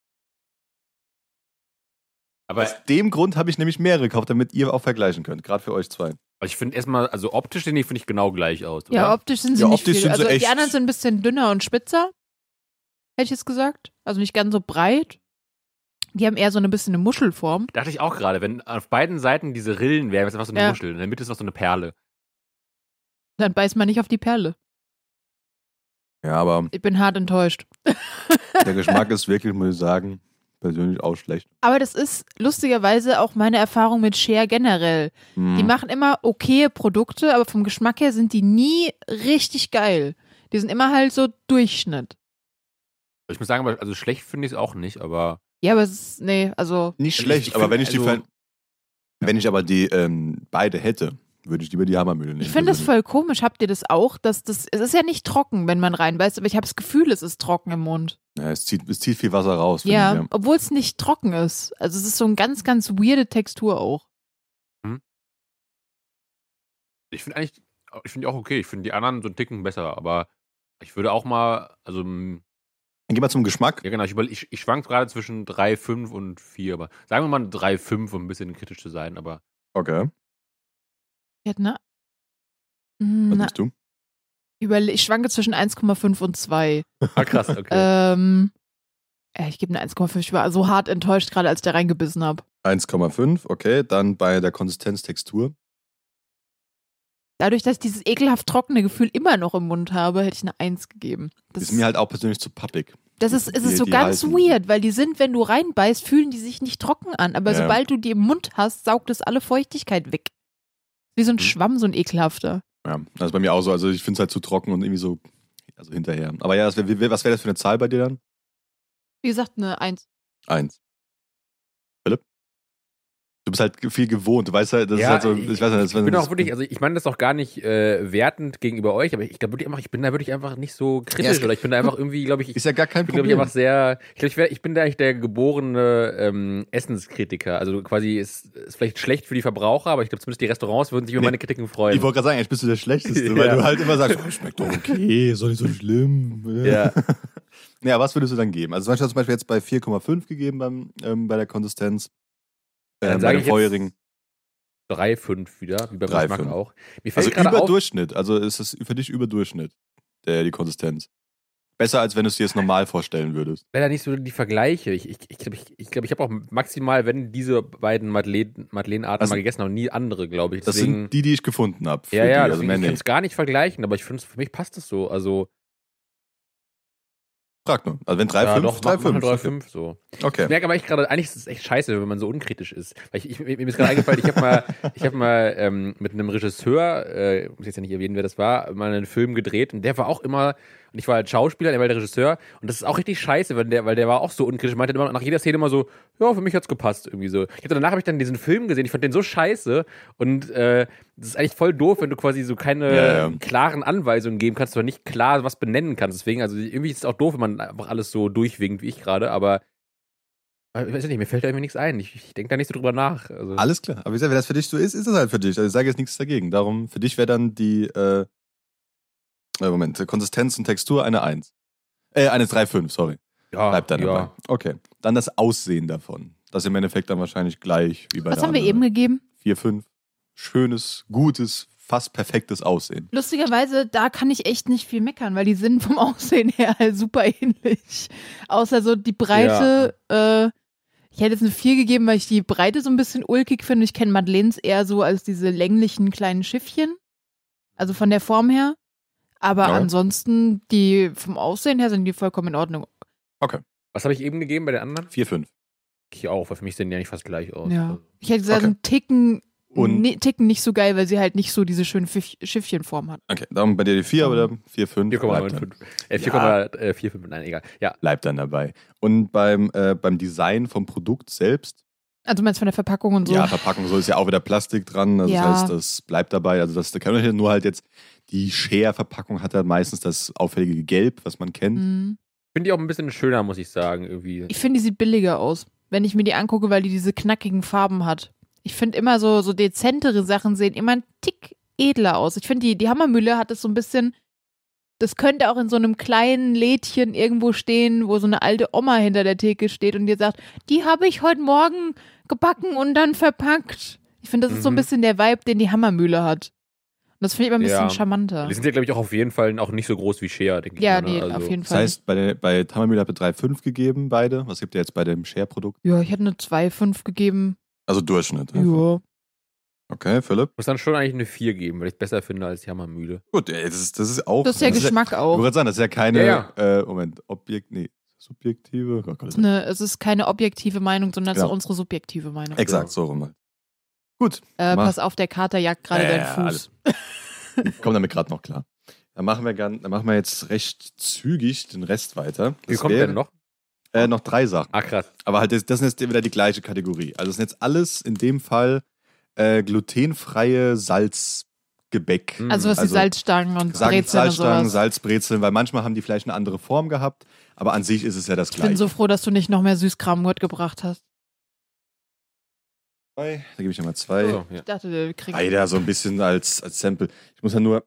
Aber
Aus dem Grund habe ich nämlich mehrere gekauft, damit ihr auch vergleichen könnt. Gerade für euch zwei.
aber ich finde erstmal, also optisch sehen die, finde ich genau gleich aus. Oder?
Ja, optisch sind sie
Ja,
nicht
optisch
viel.
sind sie
also die
echt-
anderen sind ein bisschen dünner und spitzer, hätte ich jetzt gesagt. Also nicht ganz so breit. Die haben eher so eine bisschen eine Muschelform.
Dachte ich auch gerade, wenn auf beiden Seiten diese Rillen wären, wäre es einfach so eine
Ja.
Muschel. In der Mitte ist noch so eine Perle.
Dann beißt man nicht auf die Perle.
Ja, aber
Ich bin hart enttäuscht.
der Geschmack ist wirklich, muss ich sagen, persönlich auch schlecht.
Aber das ist lustigerweise auch meine Erfahrung mit Share generell. Die
Hm.
machen immer okaye Produkte, aber vom Geschmack her sind die nie richtig geil. Die sind immer halt so Durchschnitt.
Ich muss sagen, aber- also schlecht finde ich es auch nicht, aber
Ja, aber es ist, nee, also,
Nicht
Also ich-
schlecht,
ich
aber
find-
wenn ich die
also-
ver- wenn ich aber die ähm, beide hätte, würde ich lieber die Hammermühle nehmen. Also,
ich finde das voll komisch. Habt ihr das auch? Dass das, es ist ja nicht trocken, wenn man reinbeißt, aber ich habe das Gefühl, es ist trocken im Mund.
Ja, es, zieht, es zieht viel Wasser raus. finde
Ja,
ich, ja.
obwohl es nicht trocken ist. Also es ist so eine ganz, ganz weirde Textur auch.
ich finde eigentlich, ich finde die auch okay. Ich finde die anderen so einen Ticken besser, aber ich würde auch mal, also, mm,
Dann gehen wir zum Geschmack.
ja genau, ich, über, ich, ich schwank gerade zwischen 3,5 und 4, aber sagen wir mal 3,5, um ein bisschen kritisch zu sein, aber
Okay.
Ich, hätte eine,
Was
Na,
nimmst du?
überle- ich schwanke zwischen 1,5 und 2.
ah, krass,
Äh,
okay.
Ähm, ja, ich gebe eine 1,5. Ich war so hart enttäuscht, gerade als ich da reingebissen habe.
1,5, okay. Dann bei der Konsistenz, Textur.
Dadurch, dass ich dieses ekelhaft trockene Gefühl immer noch im Mund habe, hätte ich eine 1 gegeben. Das
ist mir halt auch persönlich zu pappig.
das ist, es ist
die-
so
die
ganz
halten-
weird, weil die sind, wenn du reinbeißt, fühlen die sich nicht trocken an. Aber
Ja.
sobald du die im Mund hast, saugt es alle Feuchtigkeit weg. Wie so
Hm.
ein Schwamm, so ein ekelhafter.
Ja, das ist bei mir auch so. Also ich finde es halt zu trocken und irgendwie so, also hinterher. Aber ja, das wär, wär- was wäre das für eine Zahl bei dir dann?
Wie gesagt, eine 1.
Eins. Philipp? Du bist halt viel gewohnt. Du weißt halt, das
Ja,
ist halt so,
ich-
ich weiß nicht, das
Ich bin
das,
auch wirklich, also ich meine das auch gar nicht äh, wertend gegenüber euch, aber ich glaube wirklich einfach, ich bin da wirklich einfach nicht so kritisch
es-
oder ich bin da einfach irgendwie, glaube ich,
ist ja gar kein
Ich bin, glaube ich,
Problem.
einfach sehr. Ich glaube, ich, wär- ich bin da eigentlich der geborene ähm, Essenskritiker. Also quasi ist, ist vielleicht schlecht für die Verbraucher, aber ich glaube, zumindest die Restaurants würden sich über
Nee.
meine Kritiken freuen.
Ich wollte gerade sagen, eigentlich bist du der Schlechteste,
Ja.
weil du halt immer sagst, oh, schmeckt doch okay, ist doch nicht so schlimm.
Ja.
Ja, was würdest du dann geben? Also, ich habe zum Beispiel jetzt bei 4,5 gegeben beim, ähm, bei der Konsistenz.
Dann
Ähm, bei
sage
dem
ich jetzt
vorherigen.
3,5 wieder, wie beim
Drei,
Geschmack
fünf.
auch. Mir fällt
Also
gerade
über
auf,
Durchschnitt. Also ist es für dich über Durchschnitt, der, die Konsistenz. Besser, als wenn du es dir jetzt normal vorstellen würdest.
leider nicht so die Vergleiche. Ich glaube, ich, ich, glaub, ich, ich, glaub, ich habe auch maximal, wenn diese beiden Madeleine- Madeleine-Arten
Also-
mal gegessen haben, nie andere, glaube ich.
Das
Deswegen,
sind die, die ich gefunden habe.
ja, ja,
die.
deswegen,
Also mehr
ich kann es
nicht.
gar nicht vergleichen, aber ich finde, für mich passt es so. Also,
Frag nur. Also wenn
ja,
3,5,
doch, mach- mach
3,5.
mal 3,5, so. Ich
Okay.
merke aber ich gerade, eigentlich ist es echt scheiße, wenn man so unkritisch ist. Weil ich, ich, mir mir ist gerade eingefallen, ich habe mal, ich hab mal ähm, mit einem Regisseur, äh, muss jetzt ja nicht erwähnen, wer das war, mal einen Film gedreht und der war auch immer, und ich war halt Schauspieler, der war der Regisseur und das ist auch richtig scheiße, weil der, weil der war auch so unkritisch, meinte immer nach jeder Szene immer so, ja, für mich hat's gepasst irgendwie so. Ich hatte, danach habe ich dann diesen Film gesehen, ich fand den so scheiße und äh, das ist eigentlich voll doof, wenn du quasi so keine
Ja, ja.
klaren Anweisungen geben kannst oder nicht klar was benennen kannst. Deswegen, also irgendwie ist es auch doof, wenn man einfach alles so durchwinkt wie ich gerade, aber Äh, ich weiß nicht, mir fällt da irgendwie nichts ein. Ich, ich denke da nicht so drüber nach. Also,
Alles klar. Aber wie gesagt, wenn das für dich so ist, ist das halt für dich. Also ich sage jetzt nichts dagegen. Darum, für dich wäre dann die, äh, äh, Moment, Konsistenz und Textur eine 1. Äh, eine 3,5, sorry.
ja,
Bleibt dann
Ah, ja.
dabei. Okay. Dann das Aussehen davon. Das ist im Endeffekt dann wahrscheinlich gleich wie bei
Was
der
haben wir eben
anderen.
gegeben?
4, 5. Schönes, gutes, fast perfektes Aussehen.
Lustigerweise, da kann ich echt nicht viel meckern, weil die sind vom Aussehen her halt super ähnlich. Außer so die Breite. Äh, ich hätte jetzt eine 4 gegeben, weil ich die Breite so ein bisschen ulkig finde. Ich kenne Madeleines eher so als diese länglichen kleinen Schiffchen. Also von der Form her. Aber
Ja.
ansonsten, die vom Aussehen her sind die vollkommen in Ordnung.
Okay.
Was habe ich eben gegeben bei der anderen?
4, 5.
Ich auch, weil für mich sehen die eigentlich fast gleich aus.
Ja.
Also,
Ich hätte gesagt,
Okay.
einen Ticken,
Und-
ne, Ticken nicht so geil, weil sie halt nicht so diese schöne Pfiff Schiffchenform hat.
Okay, darum bei dir die 4, aber der 4, 5 bleibt dann,
4,95. Äh, 4,45. Nein, egal. Ja.
bleibt dann dabei. Und beim, äh, beim Design vom Produkt selbst,
Also du meinst von der Verpackung und so.
ja, Verpackung, so ist ja auch wieder Plastik dran. Also
Ja.
Das heißt, das bleibt dabei. Also das ist der kein Unterschied, nur halt jetzt die Share-Verpackung hat ja meistens das auffällige Gelb, was man kennt.
Mhm.
Finde ich auch ein bisschen schöner, muss ich sagen. Irgendwie.
Ich finde, die sieht billiger aus, wenn ich mir die angucke, weil die diese knackigen Farben hat. Ich finde immer so, so dezentere Sachen sehen immer einen Tick edler aus. Ich finde, die, die Hammermühle hat es so ein bisschen, das könnte auch in so einem kleinen Lädchen irgendwo stehen, wo so eine alte Oma hinter der Theke steht und dir sagt, die habe ich heute Morgen gebacken und dann verpackt. Ich finde, das ist so ein
Mhm.
bisschen der Vibe, den die Hammermühle hat. Und das finde ich immer ein bisschen
Ja.
charmanter.
Die sind ja, glaube ich, auch auf jeden Fall auch nicht so groß wie Shea, denke ich.
Ja,
mal, ne?
nee,
also,
auf jeden
Das
Fall.
heißt, bei, der, bei Tamamühle habt ihr 3, 5 gegeben, beide. Was gibt ihr jetzt bei dem Share-Produkt?
ja, ich hätte eine 2,5 gegeben.
Also Durchschnitt. einfach.
Ja.
Okay, Philipp.
Muss dann schon eigentlich eine 4 geben, weil ich es besser finde als die Hammermühle.
Gut, ja, das ist, das ist auch.
Das ist ja
Oh.
Geschmack
Ich
auch.
wollte gerade sagen, das ist ja keine,
Ja,
Äh, Moment, Objekt, nee, subjektive. Oh Gott,
ist eine, ne, es ist keine objektive Meinung, sondern es
Genau.
ist unsere subjektive Meinung.
Exakt, so rum. halt. Gut,
Äh,
Mach.
pass auf, der Kater jagt gerade
Ja,
deinen
ja,
Fuß.
alles. kommen damit gerade noch klar. Dann machen wir gern, dann machen wir jetzt recht zügig den Rest weiter.
Wie
Das
kommt
wäre-
denn noch?
Äh, noch drei Sachen.
Ah, krass.
Aber halt, das, das sind jetzt wieder die gleiche Kategorie. Also es sind jetzt alles in dem Fall äh, glutenfreie Salzgebäck.
Mhm.
Also was
Also,
die Salzstangen und
Sagen
Brezeln und
Salzstangen,
sowas.
Salzbrezeln, weil manchmal haben die vielleicht eine andere Form gehabt, aber an sich ist es ja das
Ich bin
gleiche.
so froh, dass du nicht noch mehr Süßkram mitgebracht hast.
da gebe ich nochmal zwei.
So, ja.
Ich dachte, wir kriegen
Leider so ein bisschen als, als Sample. Ich muss ja nur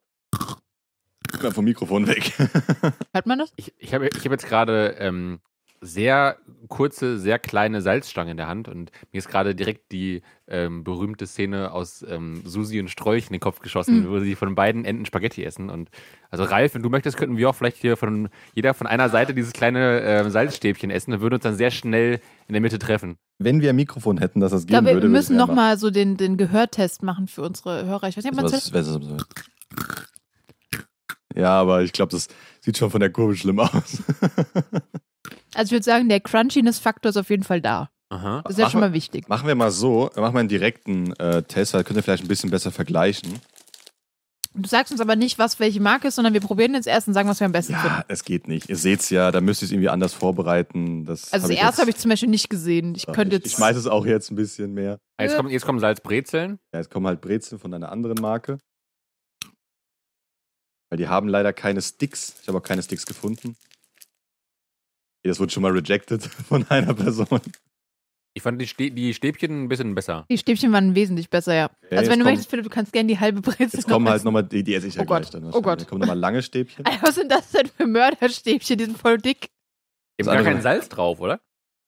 mal vom Mikrofon weg.
Hört man das?
Ich, ich habe ich hab jetzt gerade ähm, sehr kurze, sehr kleine Salzstangen in der Hand und mir ist gerade direkt die ähm, berühmte Szene aus ähm, Susi und Strolch in den Kopf geschossen,
Mhm.
wo sie von beiden Enden Spaghetti essen. Und also Ralf, wenn du möchtest, könnten wir auch vielleicht hier von jeder von einer Seite dieses kleine ähm, Salzstäbchen essen und würden uns dann sehr schnell in der Mitte treffen.
Wenn wir ein Mikrofon hätten, dass das
Ich
gehen
glaube, wir
würde,
müssen
würden
nochmal so den, den Gehörtest machen für unsere Hörer. Ich weiß nicht, ob
ja
man
machen.
es
Das wär- das wär- Ja, aber ich glaube, das sieht schon von der Kurve schlimm aus.
Also ich würde sagen, der Crunchiness-Faktor ist auf jeden Fall da.
Aha.
Das ist ja
Mach
schon
mal-
mal wichtig.
machen wir mal so, machen wir einen direkten äh, Test, da könnt ihr vielleicht ein bisschen besser vergleichen.
Du sagst uns aber nicht, was welche Marke ist, sondern wir probieren jetzt erst und sagen, was wir am besten finden.
Ja, es geht nicht. Ihr seht's ja, da müsst ihr es irgendwie anders vorbereiten. Das
Also das erste habe ich zum Beispiel nicht gesehen. Ich könnte jetzt.
Ich schmeiß es auch jetzt ein bisschen mehr.
Ah, Jetzt kommen, jetzt kommen Salzbrezeln.
Ja, jetzt kommen halt Brezeln von einer anderen Marke. Weil die haben leider keine Sticks. Ich habe auch keine Sticks gefunden. Ey, Das wurde schon mal rejected von einer Person.
Ich fand die, Stä die Stäbchen ein bisschen besser.
die Stäbchen waren wesentlich besser, ja. also
Okay,
wenn du
jetzt kommen-
möchtest, Philipp, du kannst gerne die halbe Brezel
Jetzt
noch
kommen halt
essen.
nochmal, die, die esse ich ja
Oh
gleich
Gott,
dann
oh
wahrscheinlich.
Gott.
Da kommen nochmal lange Stäbchen.
Alter, was sind das denn für Mörderstäbchen? Die sind voll dick.
Eben
Das
gar
andere-
kein Salz drauf, oder?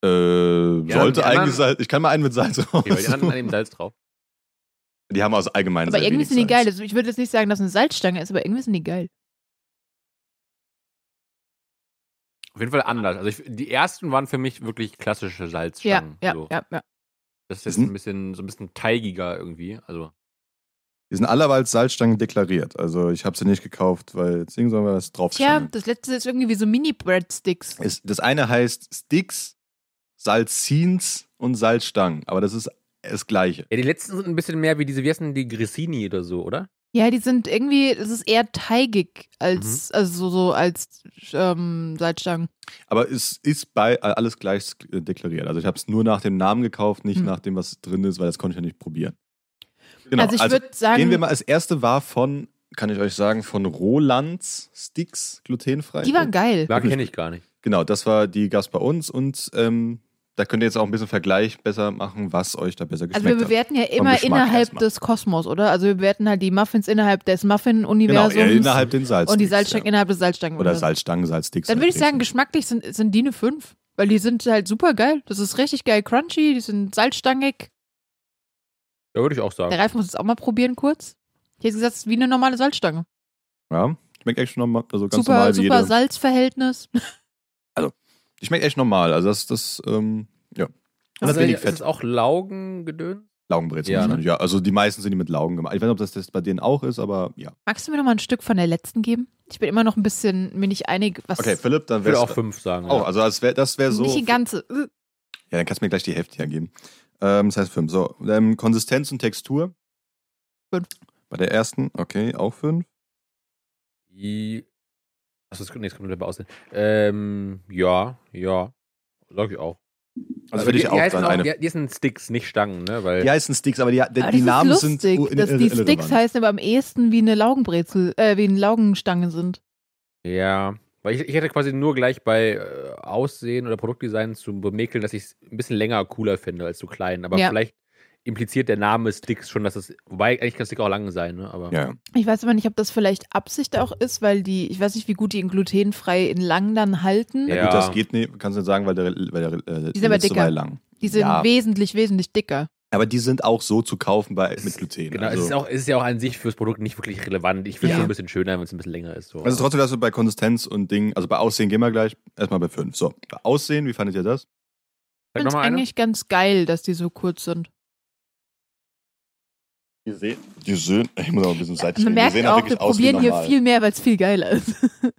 Äh, sollte
die
eigentlich
anderen-
sein. Ich kann mal einen mit Salz raus.
Okay, weil die anderen nehmen Salz drauf.
Die haben also allgemein
Aber
sehr
irgendwie
wenig
sind die
Salz.
geil. Also ich würde jetzt nicht sagen, dass eine Salzstange ist, aber irgendwie sind die geil.
Auf jeden Fall anders. Also ich, die ersten waren für mich wirklich klassische
Ja,
Salzstangen.
ja,
so.
ja, ja.
Das ist jetzt
Mhm.
ein bisschen, so ein bisschen teigiger irgendwie. Also
Die sind alle aber als Salzstangen deklariert. Also ich habe sie nicht gekauft, weil jetzt irgendwann mal was drauf
Tja, das letzte ist irgendwie wie so Mini-Breadsticks.
ist, das eine heißt Sticks, Salzins und Salzstangen, aber das ist das gleiche.
ja, die letzten sind ein bisschen mehr wie diese, wie heißen die Grissini oder so, oder?
Ja, die sind irgendwie, es ist eher teigig
Mhm.
als, also so, so als ähm, Salzstangen.
Aber es ist bei äh, alles gleich äh, deklariert. Also ich habe es nur nach dem Namen gekauft, nicht
Hm.
nach dem, was drin ist, weil das konnte ich ja nicht probieren. Genau,
also ich würde sagen,
gehen wir mal. Das erste war von, kann ich euch sagen, von Rolands Sticks, glutenfrei.
die waren geil.
Klar, kenne ich gar nicht.
Genau, das war die gab's bei uns und ähm, da könnt ihr jetzt auch ein bisschen Vergleich besser machen, was euch da besser
Also
geschmeckt
wir
hat.
bewerten ja immer
Geschmack
innerhalb
erstmal.
des Kosmos, oder? Also wir bewerten halt die Muffins innerhalb des
Genau,
Muffin-Universums
eher innerhalb den Salz.
und die Salzstangen innerhalb des Salzstangen.
Oder Salzstangen, Salzsticks.
Dann würde ich sagen,
Salzbrezeln.
geschmacklich sind, sind die eine 5. Weil die sind halt super geil. Das ist richtig geil crunchy, die sind salzstangig.
Da würde ich auch
Der
sagen.
Ralf muss es auch mal probieren kurz. Ich hätte gesagt, es ist wie eine normale Salzstange.
Ja, schmeckt echt normal. Also ganz
Super,
normal wie
super
jede.
Salzverhältnis.
Die schmeckt echt normal. Also das, das ähm, ja. Und
Ist
hat
das,
wenig
ist das
Fett.
auch Laugengedöns?
Laugenbrezel
Ja, ne?
wahrscheinlich. Ja, also die meisten sind die mit Laugen gemacht. Ich weiß nicht, ob das, das bei denen auch ist, aber ja.
Magst du mir noch mal ein Stück von der letzten geben? Ich bin immer noch ein bisschen mir nicht einig, was.
Okay, Philipp, dann
Ich würde
wär's.
auch fünf sagen.
Oh, also das wäre das wär so.
nicht die ganze. äh,
Ja, dann kannst du mir gleich die Hälfte hergeben. Ähm, das heißt fünf. So, ähm, Konsistenz und Textur.
Fünf.
Bei der ersten, okay, auch fünf.
ja. Achso, das, nee, das kommt dabei aussehen. Ähm, ja, ja. Sag ich auch.
Also
Aber
würde
die-
ich
die
auch
heißen
dann eine.
Die, die sind Sticks, nicht Stangen, ne? Weil,
Die heißen Sticks, aber die, die,
Aber
die
das
Namen
ist
sind
lustig,
u-
dass die
irrelevant.
Sticks heißen, aber am ehesten wie eine Laugenbrezel, äh, wie eine Laugenstange sind.
Ja, weil ich, ich hätte quasi nur gleich bei äh, Aussehen oder Produktdesign zu bemäkeln, dass ich es ein bisschen länger cooler finde als zu klein. Aber
Ja.
vielleicht impliziert der Name Sticks schon, dass es. Wobei, eigentlich kann Stick auch lang sein, ne? Aber
Ja.
Ich weiß aber nicht, ob das vielleicht Absicht auch ist, weil die, ich weiß nicht, wie gut die in glutenfrei in lang dann halten.
Ja,
Ja.
gut, das geht nicht, kannst du nicht sagen, weil der, weil der äh,
Die sind aber
letzte
dicker.
war lang.
Die sind
ja.
wesentlich, wesentlich dicker.
Aber die sind auch so zu kaufen bei, mit Gluten.
Genau,
also,
es, ist auch, es ist ja auch an sich fürs Produkt nicht wirklich relevant. Ich finde es
Ja.
schon ein bisschen schöner, wenn es ein bisschen länger ist. So.
also trotzdem, dass wir bei Konsistenz und Dingen, also bei Aussehen gehen wir gleich, erstmal bei fünf. So, bei Aussehen, wie fandet ihr das?
Ich
Sag
finde
noch
es
mal eine.
eigentlich ganz geil, dass die so kurz sind.
Die sehen, die sehen ich muss aber ein bisschen seitlich
Man
reden.
merkt
Die sehen
auch,
halt
wir
wirklich aus wie
probieren hier
normal.
viel mehr, weil es viel geiler ist.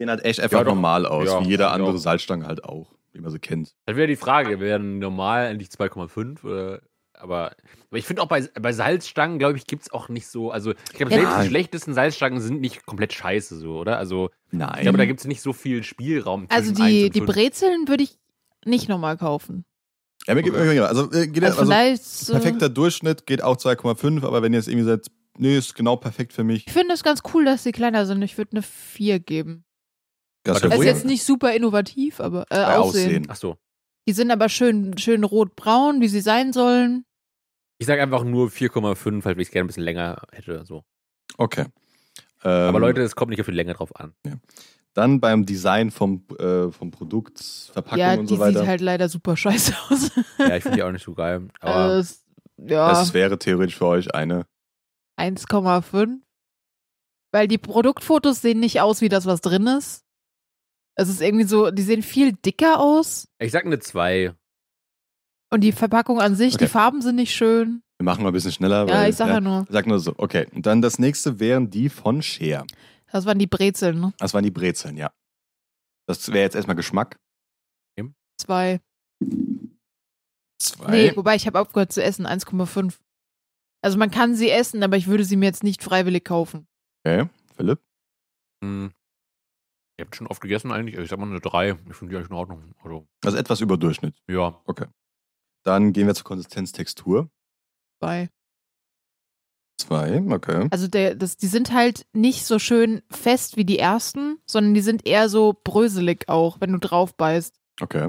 sehen halt echt einfach
Ja, doch.
normal aus,
Ja,
wie jeder
ja.
andere Salzstange halt auch, wie man sie kennt.
Dann wäre die Frage, wären normal eigentlich 2,5 oder. Aber, aber ich finde auch bei, bei Salzstangen, glaube ich, gibt es auch nicht so. Also, ich glaube,
Ja.
selbst
Nein.
die schlechtesten Salzstangen sind nicht komplett scheiße, so, oder? Also,
Nein.
ich glaube, da gibt es nicht so viel Spielraum.
Also
zwischen eins
die,
und
die
fünf.
Brezeln würde ich nicht nochmal kaufen.
ja, mir gibt, also, äh, geht
Also
also,
von daher ist, äh,
perfekter Durchschnitt geht auch 2,5, aber wenn ihr jetzt irgendwie sagt, nee, ist genau perfekt für mich.
Ich finde es ganz cool, dass sie kleiner sind. Ich würde eine 4 geben.
Das
Warte,
wär
Das ist
Oh ja.
wohl-
jetzt nicht super innovativ, aber äh,
Also Bei
aussehen.
Aussehen.
Ach so.
Die sind aber schön, schön rot-braun, wie sie sein sollen.
Ich sage einfach nur 4,5, halt, weil ich es gerne ein bisschen länger hätte. So.
Okay.
Aber
Ähm,
Leute, es kommt nicht auf die Länge drauf an.
Dann beim Design vom, äh, vom Produkt, Verpackung
ja,
und
die
so weiter.
sieht halt leider super scheiße aus.
Ja, ich finde die auch nicht so geil.
also,
Aber
es- ja,
das wäre theoretisch für euch eine.
1,5. Weil die Produktfotos sehen nicht aus wie das, was drin ist. Es ist irgendwie so, die sehen viel dicker aus.
ich sage eine 2.
Und die Verpackung an sich,
Okay.
die Farben sind nicht schön.
Wir machen mal ein bisschen schneller.
Ja,
weil,
ich sag ja nur.
Ich Sag nur so, okay. Und dann das nächste wären die von Scheer.
Das waren die Brezeln, ne?
Das waren die Brezeln, ja. Das wäre jetzt erstmal Geschmack.
Zwei.
Zwei.
Nee, wobei ich habe aufgehört zu essen, 1,5. Also man kann sie essen, aber ich würde sie mir jetzt nicht freiwillig kaufen.
Okay, Philipp.
Hm. Ihr habt schon oft gegessen eigentlich. Also Ich sag mal eine 3. Ich finde die eigentlich in Ordnung. Also,
Also etwas über Durchschnitt.
ja.
Dann gehen wir zur Konsistenztextur.
Zwei.
Zwei, okay.
Also der, das, die sind halt nicht so schön fest wie die ersten, sondern die sind eher so bröselig auch, wenn du drauf beißt.
Okay.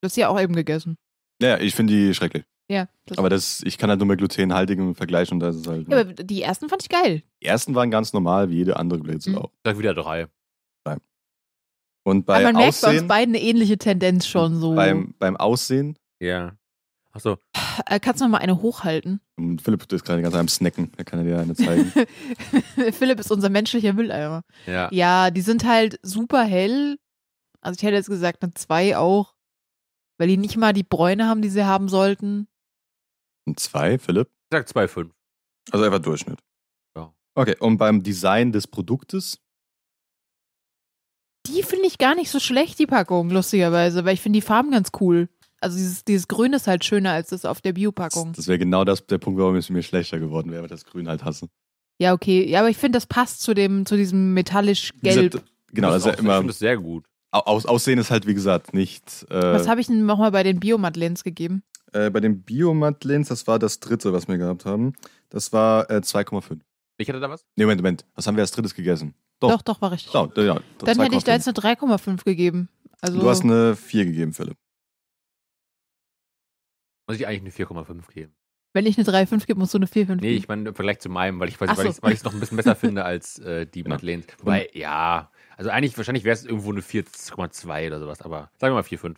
Du hast ja auch eben gegessen.
Naja, ich finde die schrecklich.
Ja. Das
Aber das, ich kann halt nur mit glutenhaltigen vergleichen und da ist es halt.
ja, aber die ersten fand ich geil.
die ersten waren ganz normal, wie jede andere Brezel
Mhm.
auch.
Ich sag wieder 3.
Und bei
aber man merkt bei
Aussehen,
uns beiden eine ähnliche Tendenz schon so.
beim, beim Aussehen,
Ja. Achso.
Äh, Kannst du noch mal eine hochhalten?
und Philipp ist gerade die ganze Zeit am Snacken, da kann er dir eine zeigen.
Philipp ist unser menschlicher Mülleimer.
Ja.
Ja, die sind halt super hell. Also ich hätte jetzt gesagt, eine 2 auch. Weil die nicht mal die Bräune haben, die sie haben sollten.
Und zwei, Philipp.
Ich sag 2,5.
Also einfach Durchschnitt.
Ja.
Okay, und beim Design des Produktes,
Die finde ich gar nicht so schlecht, die Packung, lustigerweise, weil ich finde die Farben ganz cool. Also dieses, dieses Grün ist halt schöner als das auf der
das,
Bio-Packung.
das wäre genau das, der Punkt, warum es mir schlechter geworden wäre, weil das Grün halt hasse.
Ja, okay. Ja, aber ich finde, das passt zu dem, zu diesem metallisch-gelb.
Diese- Genau, das ist ja
auch- Ich
immer.
finde das sehr gut.
Au- Aus, Aussehen ist halt, wie gesagt, nicht. Äh,
Was habe ich denn nochmal bei den Biomat-Lens gegeben?
äh, bei den Biomat-Lens, das war das dritte, was wir gehabt haben. Das war äh, 2,5.
Ich hatte da was?
Nee, Moment, Moment. Was haben wir als drittes gegessen? Doch.
Doch, doch, war richtig.
Ja, ja, ja,
Dann hätte ich da
2,5.
jetzt eine 3,5 gegeben. Also,
Du hast eine 4 gegeben, Philipp.
Muss ich eigentlich eine 4,5 geben?
wenn ich eine 3,5 gebe, musst du eine 4,5
Nee, ich meine im Vergleich zu meinem, weil ich
Ach
es weil
so.
ich's- weil ich's noch ein bisschen besser finde als äh, die
Genau.
Madeleine. Wobei, ja. Also eigentlich, wahrscheinlich wäre es irgendwo eine 4,2 oder sowas, aber sagen wir mal 4,5.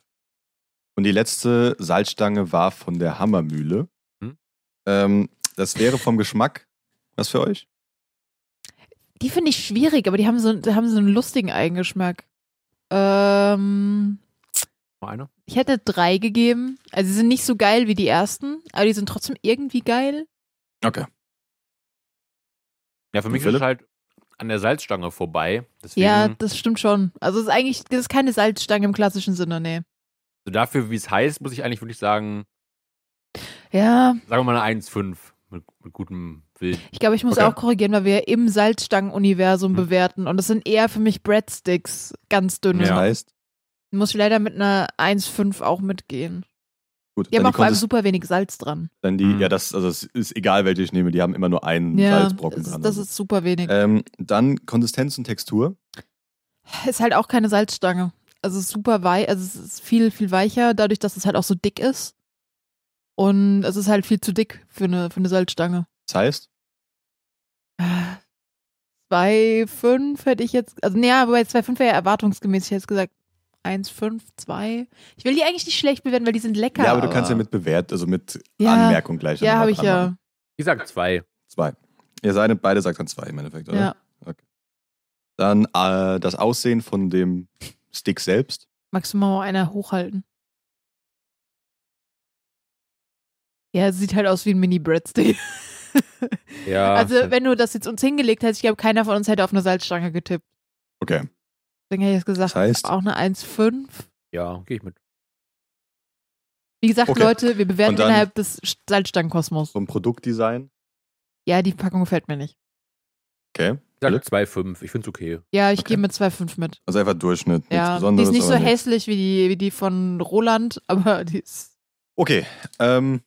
Und die letzte Salzstange war von der Hammermühle.
Hm?
Ähm, das wäre vom Geschmack. Was für euch?
Die finde ich schwierig, aber die haben so, die haben so einen lustigen Eigengeschmack. Ähm,
Mal eine?
Ich hätte drei gegeben. Also sie sind nicht so geil wie die ersten, aber die sind trotzdem irgendwie geil.
Okay.
Ja, für
Und
mich ist
Philipp?
es halt an der Salzstange vorbei. Deswegen,
Ja, das stimmt schon. Also es ist eigentlich, das ist keine Salzstange im klassischen Sinne, nee.
so dafür, wie es heißt, muss ich eigentlich wirklich sagen,
Ja,
sagen wir mal eine 1,5 mit, mit gutem Willen.
ich glaube, ich muss
Okay.
auch korrigieren, weil wir im Salzstangen-Universum
Hm.
bewerten und das sind eher für mich Breadsticks, ganz dünne.
Das
Ja.
heißt,
Muss ich leider mit einer 1,5 auch mitgehen.
gut,
Die haben
dann,
auch
die
vor allem
Konsistenz,
super wenig Salz dran.
dann die,
Mhm.
ja, das, also es ist egal, welche ich nehme, die haben immer nur einen
Ja,
Salzbrocken
das,
dran. also.
das ist super wenig.
ähm, dann Konsistenz und Textur.
Ist halt auch keine Salzstange. Also es ist super weich, also es ist viel, viel weicher, dadurch, dass es halt auch so dick ist. Und es ist halt viel zu dick für eine, für eine Salzstange.
Das heißt,
Ah, 2,5 hätte ich jetzt, also naja, aber bei 2,5 wäre ja erwartungsgemäß, ich hätte jetzt gesagt 1,5, 2. Ich will die eigentlich nicht schlecht bewerten, weil die sind lecker.
ja, aber du kannst ja mit bewährt, also mit
Ja,
Anmerkung gleich.
Ja,
nochmal
habe ich
dran machen.
ja.
Ich sag zwei.
Zwei. Ihr seid beide sagt dann zwei im Endeffekt, oder?
ja.
Dann äh, das Aussehen von dem Stick selbst.
Magst du mal einer hochhalten? Ja, es sieht halt aus wie ein Mini-Breadstick.
Ja.
Also, wenn du das jetzt uns hingelegt hättest, ich glaube, keiner von uns hätte auf eine Salzstange getippt.
Okay.
Deswegen hätte ich jetzt gesagt,
Das heißt-
auch eine 1,5.
ja, gehe ich mit.
Wie gesagt,
Okay.
Leute, wir bewerten
Und dann-
innerhalb des Salzstangenkosmos.
So ein Produktdesign.
Ja, die Packung gefällt mir nicht.
Okay.
Ich sag
Philipp?
2,5. Ich find's okay.
Ja, ich
Okay.
gehe mit 2,5 mit.
Also einfach Durchschnitt. nichts
Ja, die
Besonderes,
ist nicht so
aber nicht-
hässlich wie die, wie die von Roland, aber die ist.
Okay. Ähm,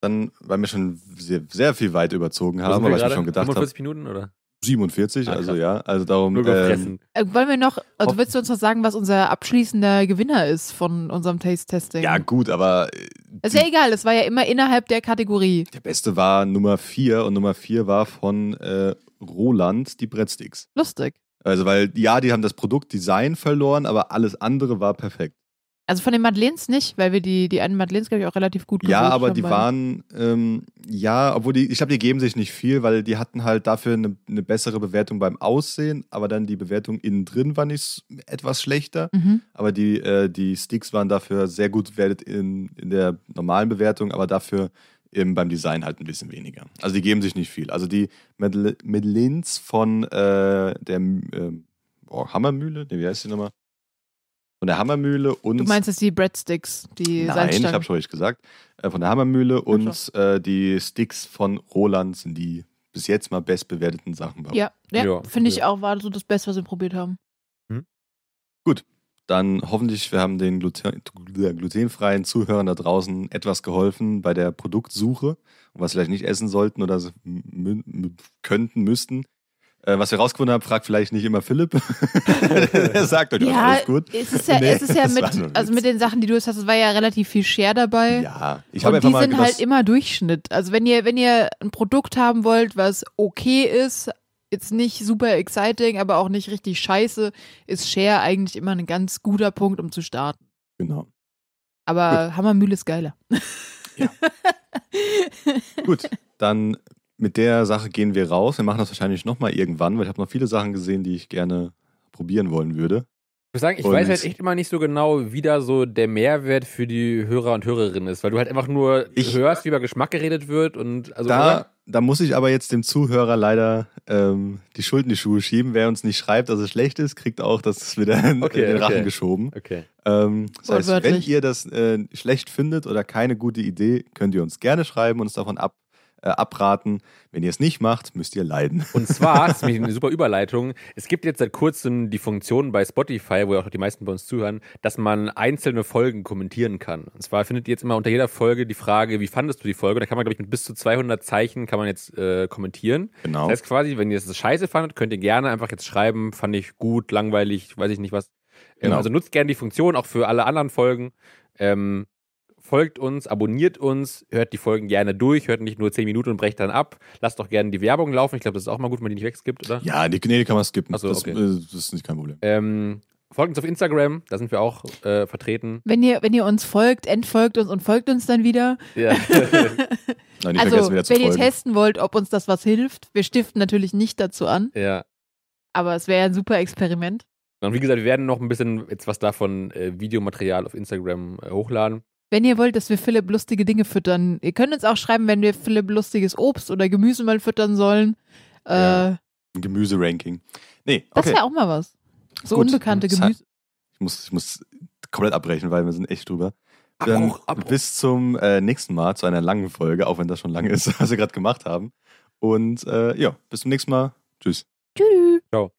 dann, weil wir schon sehr, sehr viel weit überzogen
Wo
haben,
sind wir
aber ich mir
gerade?
schon gedacht habe,
45 Minuten oder?
47,
Ah,
also
krass.
ja, also darum.
Nur
Ähm,
gefressen.
Äh, Wollen wir noch, also
Hoff-
willst du uns noch sagen, was unser abschließender Gewinner ist von unserem Taste-Testing?
ja, gut, aber äh,
Ist ja egal, es war ja immer innerhalb der Kategorie.
der beste war Nummer 4 und Nummer 4 war von äh, Roland, die Breadsticks.
Lustig.
Also, weil, ja, die haben das Produktdesign verloren, aber alles andere war perfekt.
Also von den Madeleines nicht, weil wir die, die einen Madeleines, glaube ich, auch relativ gut
Ja,
gewotet
aber
haben
die
beide.
waren, ähm, ja, obwohl die, ich glaube, die geben sich nicht viel, weil die hatten halt dafür eine, eine bessere Bewertung beim Aussehen, aber dann die Bewertung innen drin war nicht s- etwas schlechter.
Mhm.
Aber die, äh, die Sticks waren dafür sehr gut bewertet in, in der normalen Bewertung, aber dafür eben beim Design halt ein bisschen weniger. Also die geben sich nicht viel. Also die Madele- Madeleines von äh, der ähm, oh, Hammermühle, nee, wie heißt die nochmal? Von der Hammermühle und
Du meinst jetzt die Breadsticks, die
Nein, ich
Salzstangen.
habe schon richtig gesagt. Äh, von der Hammermühle
Ach
und äh, die Sticks von Roland sind die bis jetzt mal bestbewerteten Sachen bei uns.
ja, ja,
Ja,
finde ich
ja.
auch, war so das Beste, was wir probiert haben.
Dann hoffentlich, wir haben den Gluten, äh, glutenfreien Zuhörern da draußen etwas geholfen bei der Produktsuche, was sie vielleicht nicht essen sollten oder so mü- mü- könnten, müssten. Äh, was wir rausgefunden haben, fragt vielleicht nicht immer Philipp. er sagt euch, ja,
Ja,
alles gut.
es ist ja,
Nee,
es ist ja
das war nur ein
mit, also
Witz.
mit den Sachen, die du jetzt hast, es war ja relativ viel Share dabei.
Ja, ich
Äh, Und
habe einfach
die
mal
sind
gedacht,
halt immer Durchschnitt. Also wenn ihr, wenn ihr ein Produkt haben wollt, was okay ist, jetzt nicht super exciting, aber auch nicht richtig scheiße, ist Share eigentlich immer ein ganz guter Punkt, um zu starten.
genau.
Aber Hammermühle ist geiler.
Gut, dann mit der Sache gehen wir raus. Wir machen das wahrscheinlich nochmal irgendwann, weil ich habe noch viele Sachen gesehen, die ich gerne probieren wollen würde.
Ich muss sagen, ich
Und-
weiß halt echt immer nicht so genau, wie da so der Mehrwert für die Hörer und Hörerinnen ist, weil du halt einfach nur
Ich-
hörst, wie über Geschmack geredet wird und also
Da, da muss ich aber jetzt dem Zuhörer leider ähm, die Schuld in die Schuhe schieben. Wer uns nicht schreibt, dass es schlecht ist, kriegt auch das wieder in
Okay,
den Rachen
okay.
geschoben.
okay.
Ähm, das heißt, wenn
Wortwörtlich.
ihr das äh, schlecht findet oder keine gute Idee, könnt ihr uns gerne schreiben und uns davon ab, äh, abraten. Wenn ihr es nicht macht, müsst ihr leiden.
Und zwar, das ist nämlich eine super Überleitung, es gibt jetzt seit kurzem die Funktion bei Spotify, wo ja auch die meisten bei uns zuhören, dass man einzelne Folgen kommentieren kann. Und zwar findet ihr jetzt immer unter jeder Folge die Frage, wie fandest du die Folge? Da kann man, glaube ich, mit bis zu 200 Zeichen kann man jetzt äh, kommentieren.
Genau.
Das heißt quasi, wenn ihr es scheiße fandet, könnt ihr gerne einfach jetzt schreiben, fand ich gut, langweilig, weiß ich nicht was. Ähm,
Genau.
Also nutzt gerne die Funktion, auch für alle anderen Folgen. Ähm, folgt uns, abonniert uns, hört die Folgen gerne durch, hört nicht nur 10 Minuten und brecht dann ab. Lasst doch gerne die Werbung laufen. Ich glaube, das ist auch mal gut, wenn man die nicht wegskippt, oder?
Ja, die, nee, die kann man skippen.
Ach so,
das,
okay.
äh, das ist nicht kein Problem.
Ähm, folgt uns auf Instagram, da sind wir auch äh, vertreten.
Wenn ihr, wenn ihr uns folgt, entfolgt uns und folgt uns dann wieder.
Ja.
Nein, nicht
also,
vergessen, wieder
wenn
zu
ihr
folgen.
testen wollt, ob uns das was hilft, wir stiften natürlich nicht dazu an,
ja.
aber es wäre ein super Experiment.
Und wie gesagt, wir werden noch ein bisschen jetzt was davon äh, Videomaterial auf Instagram äh, hochladen.
Wenn ihr wollt, dass wir Philipp lustige Dinge füttern, ihr könnt uns auch schreiben, wenn wir Philipp lustiges Obst oder Gemüse mal füttern sollen. Äh,
Ja.
Ein Gemüse-Ranking. Nee,
Das
okay.
wäre auch mal was. So
Gut.
unbekannte
Das-
Gemüse.
Ich muss, ich muss komplett abbrechen, weil wir sind echt drüber. Dann
Abbruch, Abbruch.
bis zum äh, nächsten Mal, zu einer langen Folge, auch wenn das schon lang ist, was wir gerade gemacht haben. Und äh, ja, bis zum nächsten Mal. Tschüss.
Tschüss.